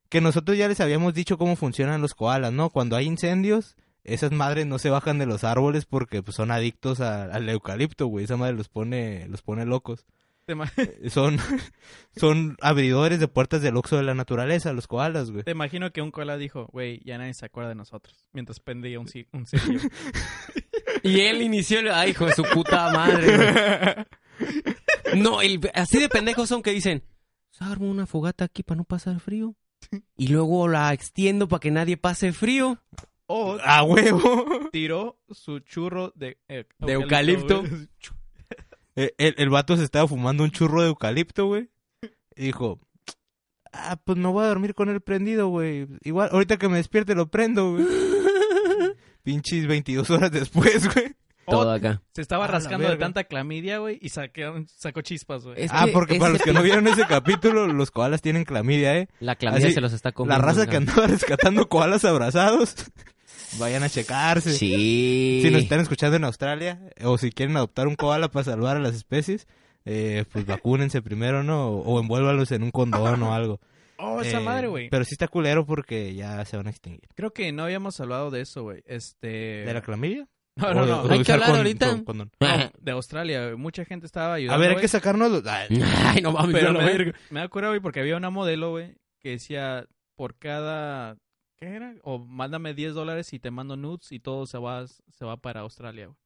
que nosotros ya les habíamos dicho cómo funcionan los koalas, ¿no? Cuando hay incendios, esas madres no se bajan de los árboles porque pues, son adictos a- al eucalipto, güey. Esa madre los pone, los pone locos. Te, ma- Eh, Son, son abridores de puertas del oxo de la naturaleza, los koalas, güey. te imagino que un cola dijo, güey, ya nadie se acuerda de nosotros. Mientras pendía un, ci- un cerillo. Y él inició el... ¡Ay, hijo de su puta madre! güey. No, el- así de pendejos son que dicen, armo una fogata aquí para no pasar frío. Y luego la extiendo para que nadie pase frío. O ¡A Ah, huevo! tiró su churro de, eh, De eucalipto. güey. Eh, El, el vato se estaba fumando un churro de eucalipto, güey. Y dijo, ah, pues no voy a dormir con él prendido, güey. Igual, ahorita que me despierte lo prendo, güey. Pinches 22 horas después, güey. Todo O acá. se estaba A la rascando de verga. tanta clamidia, güey, y saquearon- sacó chispas, güey. Es ah, que porque para ese los que no vieron ese capítulo, los koalas tienen clamidia, ¿eh? La clamidia Así, se los está La comiendo. raza que güey. andaba rescatando koalas abrazados, vayan a checarse. Sí. Si nos están escuchando en Australia, o si quieren adoptar un koala para salvar a las especies, eh, pues vacúnense primero, ¿no? O, o envuélvalos en un condón o algo. Oh, esa Eh, madre, güey. Pero sí está culero porque ya se van a extinguir. Creo que no habíamos hablado de eso, güey. Este... ¿De la clamidia? No, no, O de- no. o de Hay que usar hablar ahorita. condón. No, de Australia, güey. Mucha gente estaba ayudando, a ver, hay güey. que sacarnos los... ah, Ay, no mames, yo Pero la me, verga. me da cura, güey, porque había una modelo, güey, que decía, por cada... ¿Qué era? O mándame 10 dólares y te mando nudes y todo se va, se va para Australia, güey.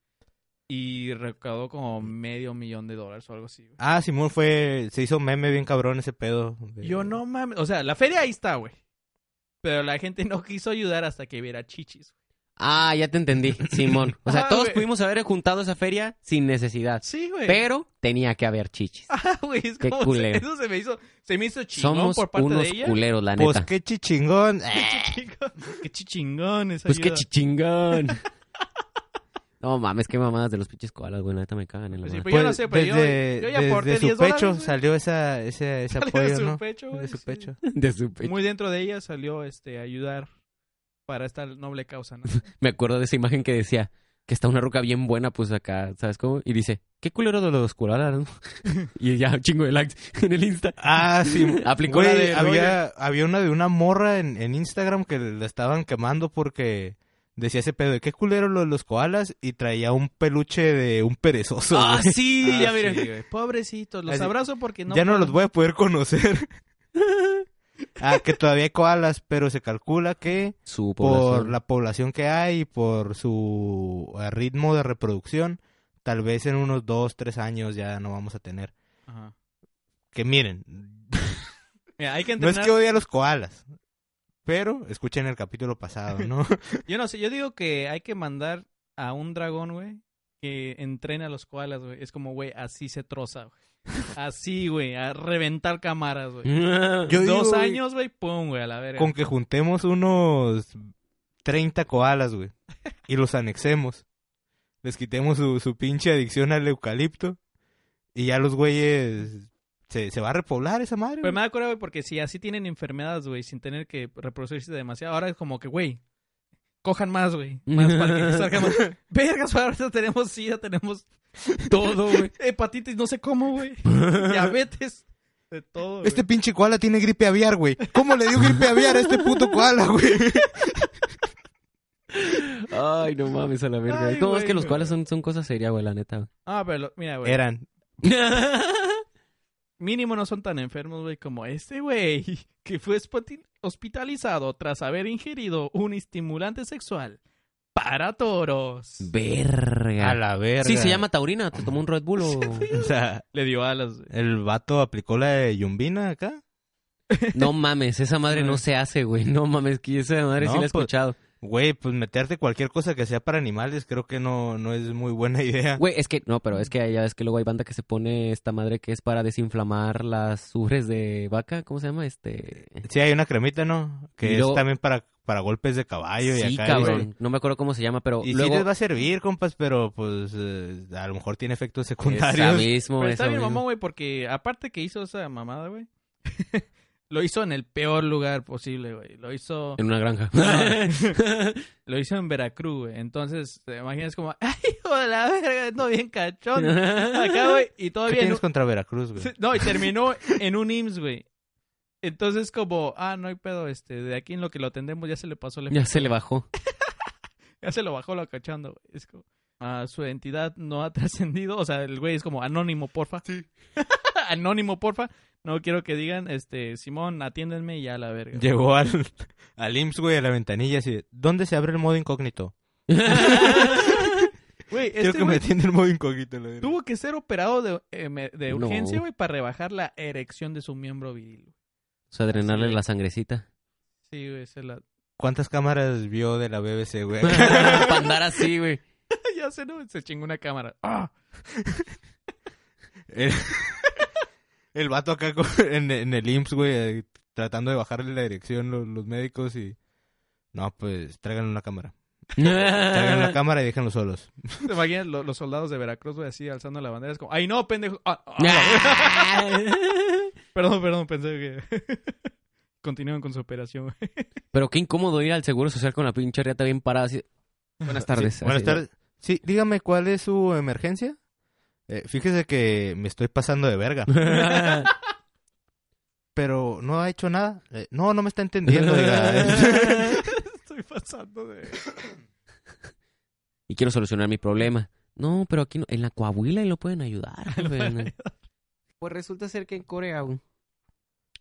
Y recaudó como medio millón de dólares o algo así, güey. ah, Simón fue... Se hizo meme bien cabrón ese pedo. de- Yo no mames. O sea, la feria ahí está, güey. Pero la gente no quiso ayudar hasta que viera chichis. güey. Ah, ya te entendí, Simón. O sea, Ah, todos güey. pudimos haber juntado esa feria sin necesidad. Sí, güey. Pero tenía que haber chichis. Ah, güey, es Qué como- culero. Eso se me hizo, se me hizo chingón Somos por parte unos de ella. culeros, la Pues neta. qué chichingón. Eh, Qué chingón esa Pues qué ayuda. chichingón. no mames, qué mamadas de los pinches koalas, güey. La neta me cagan en la Pues sí, madre. pues yo no sé, pero yo- desde, yo ya desde aporté su 10 pecho dólares, güey. salió esa, ese, ese Salió apoyo, de su ¿no? pecho, güey, de su sí. pecho. De su pecho. Muy dentro de ella salió este ayudar para esta noble causa, ¿no? Me acuerdo de esa imagen que decía que está una roca bien buena, pues acá, ¿sabes cómo? Y dice, qué culero de los koalas, ¿no? y ya, chingo de likes en el Insta. Ah, sí. Aplicó la Güey, de Roger. había, había una de una morra en, en Instagram que la estaban quemando porque decía ese pedo de qué culero lo de los koalas y traía un peluche de un perezoso. Ah, güey. sí, Ah, ya mira. sí, güey. Pobrecitos, los Así- abrazo porque no ya no puedo. los voy a poder conocer. ah, que todavía hay koalas, pero se calcula que Su por población. la población que hay y por su eh, ritmo de reproducción, tal vez en unos dos, tres años ya no vamos a tener. Ajá. Que miren, Mira, hay que no es entrenar. que odie a los koalas, pero escuchen el capítulo pasado, ¿no? Yo no sé, yo digo que hay que mandar a un dragón, güey, que entrene a los koalas, güey. Es como, güey, así se troza, güey. Así, güey, a reventar cámaras, güey. Yo digo, Dos güey, años, güey, pum, güey, a la verga. Con que juntemos unos 30 koalas, güey. Y los anexemos. Les quitemos su, su pinche adicción al eucalipto. Y ya los güeyes... Se, se va a repoblar esa madre. güey. Pero me da cura, güey, porque si así tienen enfermedades, güey, sin tener que reproducirse demasiado, ahora es como que, güey, cojan más, güey. Más para que salga más. Vergas, güey, ahorita tenemos sida, tenemos todo, güey. Hepatitis, no sé cómo, güey. Diabetes, de todo, güey. Este pinche koala tiene gripe aviar, güey. ¿Cómo le dio gripe aviar a este puto koala, güey? Ay, no mames, a la verga. Ay, no, güey, es que los güey. koalas son, son cosas serias, güey, la neta. Ah, pero lo- mira, güey. Eran. Mínimo no son tan enfermos, güey, como este, güey, que fue espati- hospitalizado tras haber ingerido un estimulante sexual para toros. Verga. A la verga. Sí, se llama Taurina. Te tomó un Red Bull o... O sea, Le dio alas, güey. el vato aplicó la de Yumbina acá. No mames, esa madre no se hace, güey. No mames, que esa madre sí No, la he pues- escuchado. Güey, pues meterte cualquier cosa que sea para animales creo que no, no es muy buena idea. Güey, es que, no, pero es que ya ves que luego hay banda que se pone esta madre que es para desinflamar las ubres de vaca, ¿cómo se llama? Este... Sí, hay una cremita, ¿no? Que Y luego- es también para, para golpes de caballo y Sí, acá. cabrón, no me acuerdo cómo se llama, pero Y, y luego... sí les va a servir, compas, pero pues eh, a lo mejor tiene efectos Esa secundarios. mismo, Pero está esa bien, mismo. mamón, güey, porque aparte que hizo esa mamada, güey, lo hizo en el peor lugar posible, güey. Lo hizo. En una granja. lo hizo en Veracruz, güey. Entonces, te imaginas como, ¡ay, hijo de la verga! Ando bien cachón. Acá, güey, y ¿Qué todavía. tienes No, contra Veracruz, güey? Sí, no, y terminó en un IMSS, güey. Entonces, como, ah, no hay pedo, este, de aquí en lo que lo atendemos ya se le pasó el ya se le bajó. Ya se lo bajó lo cachando, güey. Es como, ah, su identidad no ha trascendido. O sea, el güey es como anónimo, porfa. anónimo, porfa. No quiero que digan, este, Simón, atiéndenme y ya la verga. Llegó al, al IMSS, güey, a la ventanilla así, de, ¿dónde se abre el modo incógnito? Güey, Quiero este que me güey atienda el modo incógnito. la verga. tuvo que ser operado de, eh, me- de No. urgencia, güey, para rebajar la erección de su miembro viril. O sea, drenarle la sangrecita. Sí, güey, se la... ¿Cuántas cámaras vio de la BBC, güey? Para andar así, güey. ya se, ¿no? Se chingó una cámara. ¡Ah! el, el vato acá con- en, en el IMSS, güey, eh, tratando de bajarle la dirección los, los médicos y... No, pues traigan una cámara. Traigan Ah. una cámara y déjenlos solos. ¿Te imaginas lo- los soldados de Veracruz, güey, así alzando la bandera? Es como, ¡ay, no, pendejo! ¡Ah! ah, Perdón, perdón, pensé que... Continúan con su operación, güey. Pero qué incómodo ir al seguro social con la pinche riata bien parada. Así. Buenas tardes. Sí, buenas así. tardes. Sí, dígame cuál es su emergencia. Eh, fíjese que me estoy pasando de verga. Pero no ha hecho nada. Eh, no, no me está entendiendo. oiga. Estoy pasando de... y quiero solucionar mi problema. No, pero aquí no, en la Coahuila y lo pueden ayudar. joven. pues resulta ser que en Corea, güey,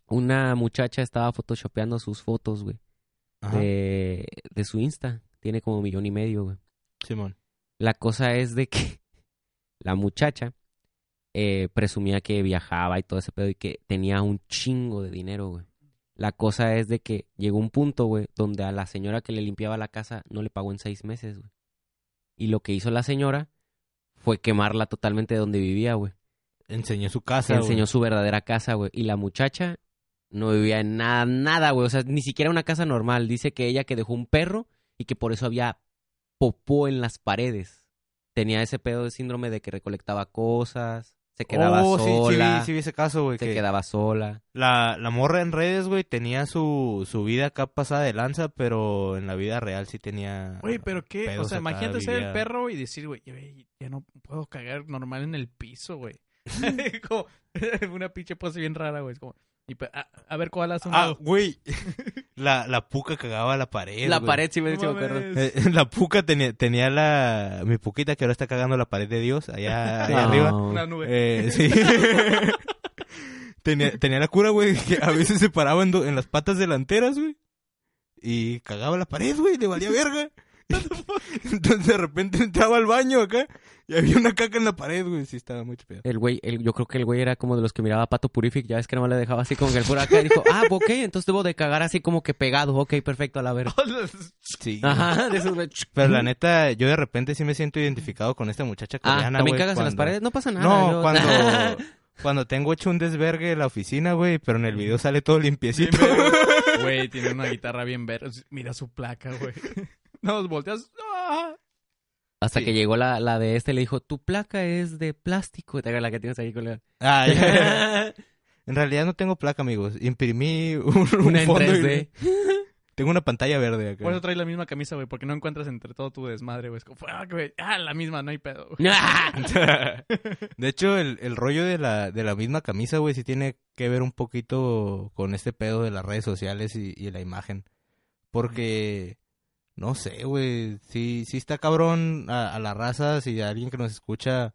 una muchacha estaba photoshopeando sus fotos, güey, Ajá, de, de su Insta. Tiene como millón y medio, güey. Simón. La cosa es de que la muchacha eh, presumía que viajaba y todo ese pedo y que tenía un chingo de dinero, güey. La cosa es de que llegó un punto, güey, donde a la señora que le limpiaba la casa no le pagó en seis meses, güey. Y lo que hizo la señora fue quemarla totalmente de donde vivía, güey. Enseñó su Se casa. enseñó güey. su verdadera casa, güey. Y la muchacha no vivía en nada, nada, güey. O sea, ni siquiera una casa normal. Dice que ella que dejó un perro y que por eso había popó en las paredes. Tenía ese pedo de síndrome de que recolectaba cosas, se quedaba Oh, sí, sí vi- sola, Sí, vi ese caso, güey. se que quedaba sola. La, la morra en redes, güey, tenía su, su vida acá pasada de lanza, pero en la vida real sí tenía... Güey, pero qué... pedos o sea, acá, imagínate ser el vivía- perro güey, y decir, güey, ya, güey, ya no puedo cagar normal en el piso, güey. como una pinche pose bien rara, güey. Es como... y pe- a, a ver, ¿cuál hace un Ah, lado? güey. la, la puca cagaba la pared, la güey. pared, sí me No sí me acuerdo. mames. Eh, la puca tenía, tenía la... Mi puquita que ahora está cagando la pared de Dios, allá, allá No. arriba. Una nube. Eh, sí. tenía, tenía la cura, güey, que a veces se paraba en, do- en las patas delanteras, güey. Y cagaba la pared, güey, le valía verga. Entonces de repente entraba al baño acá y había una caca en la pared, güey. Sí, estaba muy pedo. El güey, el- yo creo que el güey era como de los que miraba a Pato Purific, ya ves que no le dejaba así como que el puro acá y dijo, ah, ok, entonces debo de cagar así como que pegado, ok, perfecto, a la verga. Sí. Ajá, de esos güey. Pero la neta, yo de repente sí me siento identificado con esta muchacha Ah, coreana, ¿también güey, cagas en las cuando- paredes? Ah, No pasa nada. No, yo- cuando, cuando tengo hecho un desvergue en la oficina, güey, pero en el video sale todo limpiecito. Güey, tiene una guitarra bien verde. Mira su placa, güey. Nos volteas. ¡Ah! Hasta Sí. que llegó la, la de este, le dijo, tu placa es de plástico. Te haga la que tienes ahí con la... Ah, ya. En realidad no tengo placa, amigos. Imprimí un, un Una en fondo y- 3D. Tengo una pantalla verde acá. Por eso traes la misma camisa, güey, porque no encuentras entre todo tu desmadre, güey. Es como, fuck, güey. Ah, la misma, no hay pedo. güey. De hecho, el, el rollo de la, de la misma camisa, güey, sí tiene que ver un poquito con este pedo de las redes sociales y, y la imagen. Porque, no sé, güey, sí, sí está cabrón a, a la raza, si alguien que nos escucha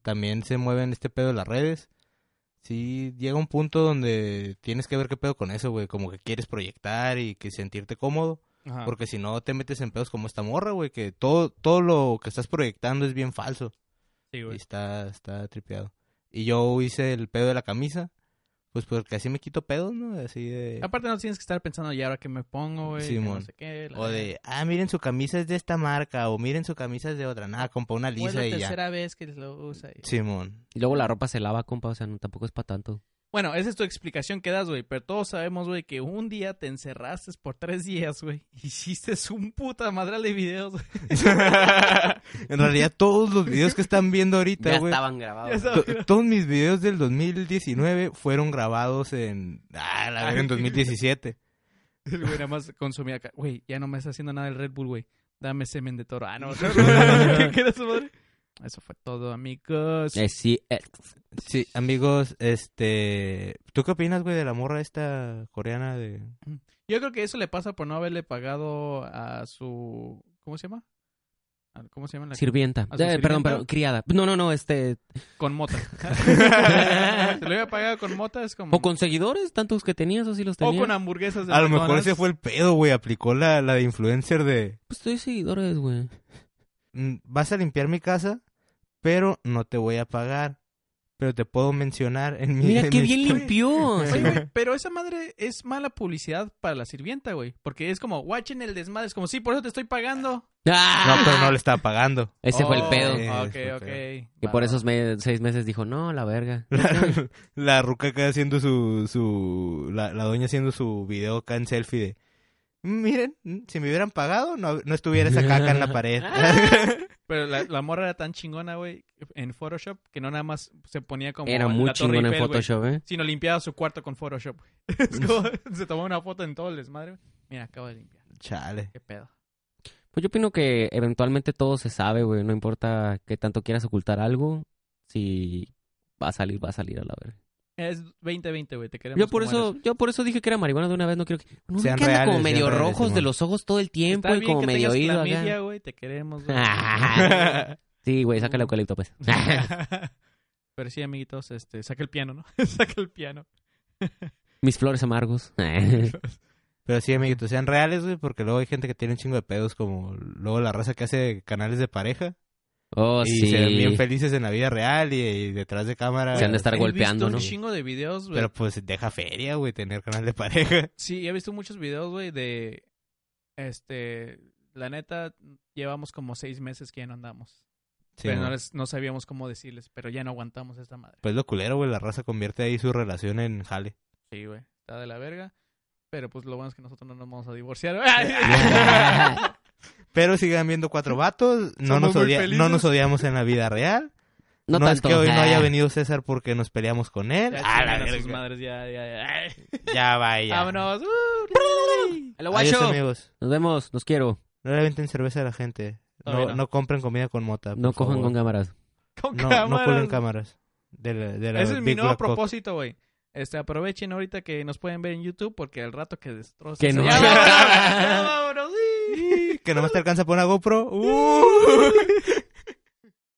también se mueve en este pedo de las redes. Sí llega un punto donde tienes que ver qué pedo con eso, güey, como que quieres proyectar y que sentirte cómodo. Ajá. Porque si no te metes en pedos como esta morra, güey, que todo, todo lo que estás proyectando es bien falso. Sí, Y güey. está, está tripeado. Y yo hice el pedo de la camisa Pues porque así me quito pedos, ¿no? Así de... Aparte no tienes que estar pensando, ¿y ahora qué me pongo, güey? que no Simón. sé qué. pues, la O verga. de, ah, miren, su camisa es de esta marca, o miren, su camisa es de otra. Nada, compa, una O es lisa la y ya. tercera vez que lo usa. y- Simón. Y luego la ropa se lava, compa, o sea, no, tampoco es para tanto. Bueno, esa es tu explicación que das, güey. Pero todos sabemos, güey, que un día te encerraste por tres días, güey. Hiciste un puta madral de videos. güey. en realidad, todos los videos que están viendo ahorita, güey. estaban Ah, Ya grabados. sabes. to- Todos mis videos del 2019 fueron grabados en. Ah, la verga, en 2017. El güey nada más consumía acá. Güey, ya no me está haciendo nada el Red Bull, güey. Dame semen de toro. Ah, no. ¿Qué, qué era su madre? Eso fue todo, amigos. Eh, sí, eh, Sí, amigos, este. ¿Tú qué opinas, güey, de la morra esta coreana de. Yo creo que eso le pasa por no haberle pagado a su... ¿Cómo se llama? A- ¿Cómo se llama? La... sirvienta. ¿A su Eh, Perdón, sirvienta? pero criada. No, no, no, este... Con mota. se lo había pagado con mota, es como... O con seguidores, tantos que tenías o si los Mm. O tenías. con hamburguesas de A lo mejor McDonald's. ese fue el pedo, güey. Aplicó la, la de influencer de. Pues estoy seguidores, güey. mm, Vas a limpiar mi casa, pero no te voy a pagar. Pero te puedo mencionar en mi. Mira en qué mi bien historia". limpió. Oye, güey, pero esa madre es mala publicidad para la sirvienta, güey. Porque es como, watchen el desmadre. Es como, sí, por eso te estoy pagando. No, Ah, pero no le estaba pagando. Ese fue el Oh, pedo. eh. Ok, Ese fue el ok. Y Va, por va. esos me- seis meses dijo, no, la verga. La, la ruca acá haciendo su. su la, la doña haciendo su video acá en selfie de. "Mm, Miren, si me hubieran pagado, no, no estuviera esa caca en la pared. Pero la, la morra era tan chingona, güey, en Photoshop, que no nada más se ponía como... Era la muy Torre chingona en Eiffel, güey, Photoshop, ¿eh? Sino limpiaba su cuarto con Photoshop, güey. Es como, se tomó una foto en todo el desmadre, güey. Mira, acabo de limpiar. Chale. Qué pedo. Pues yo opino que eventualmente todo se sabe, güey. No importa qué tanto quieras ocultar algo, si va a salir, va a salir a la verga. Es 2020, güey, te queremos Yo por como eso, eres. yo por eso dije que era marihuana de una vez, no quiero que. No, Sean que anda como reales, medio sean reales, rojos de Simón. los ojos todo el tiempo Está y bien como que medio tengas oído clamidia, acá. güey, te queremos, güey. Ah. Sí, güey, saca el eucalipto, pues. Pero sí, amiguitos, este, saca el piano, ¿no? saca el piano. Mis flores amargos. Pero sí, amiguitos, sean reales, güey, porque luego hay gente que tiene un chingo de pedos, como luego la raza que hace canales de pareja. Oh, y sí. se ven bien felices en la vida real y, y detrás de cámara. Se han de estar He golpeando, visto ¿no? un chingo de videos, güey. Pero pues deja feria, güey, tener canal de pareja. Sí, he visto muchos videos, güey, de... Este... La neta, llevamos como seis meses que ya no andamos. Sí, pero mo- no, les- no sabíamos cómo decirles, pero ya no aguantamos esta madre. Pues lo culero, güey, la raza convierte ahí su relación en jale. Sí, güey. Está de la verga. Pero pues lo bueno es que nosotros no nos vamos a divorciar. Ah, Pero sigan viendo cuatro vatos, no, Somos nos, muy odia- felices. no nos odiamos en la vida real. no es tanto. que hoy no Ah. haya venido César porque nos peleamos con él. Ya Ah, la chingan a sus verga. madres, ya, ya, ya. Ya vaya. Vámonos. Uh, Hello, Adiós, guacho. amigos. Nos vemos, los quiero. No le venden cerveza a la gente. No, Todavía no. no. compren comida con mota. No por cojan favor. con cámaras. con No, no cámaras. cuelen cámaras. De la, de la Ese es mi Big nuevo Black Cock. propósito, güey. Este, aprovechen ahorita que nos pueden ver en YouTube porque al rato que destrocen. Que no Ya haya- vámonos, ya vámonos, sí. Que nomás te alcanza por una GoPro. Uh.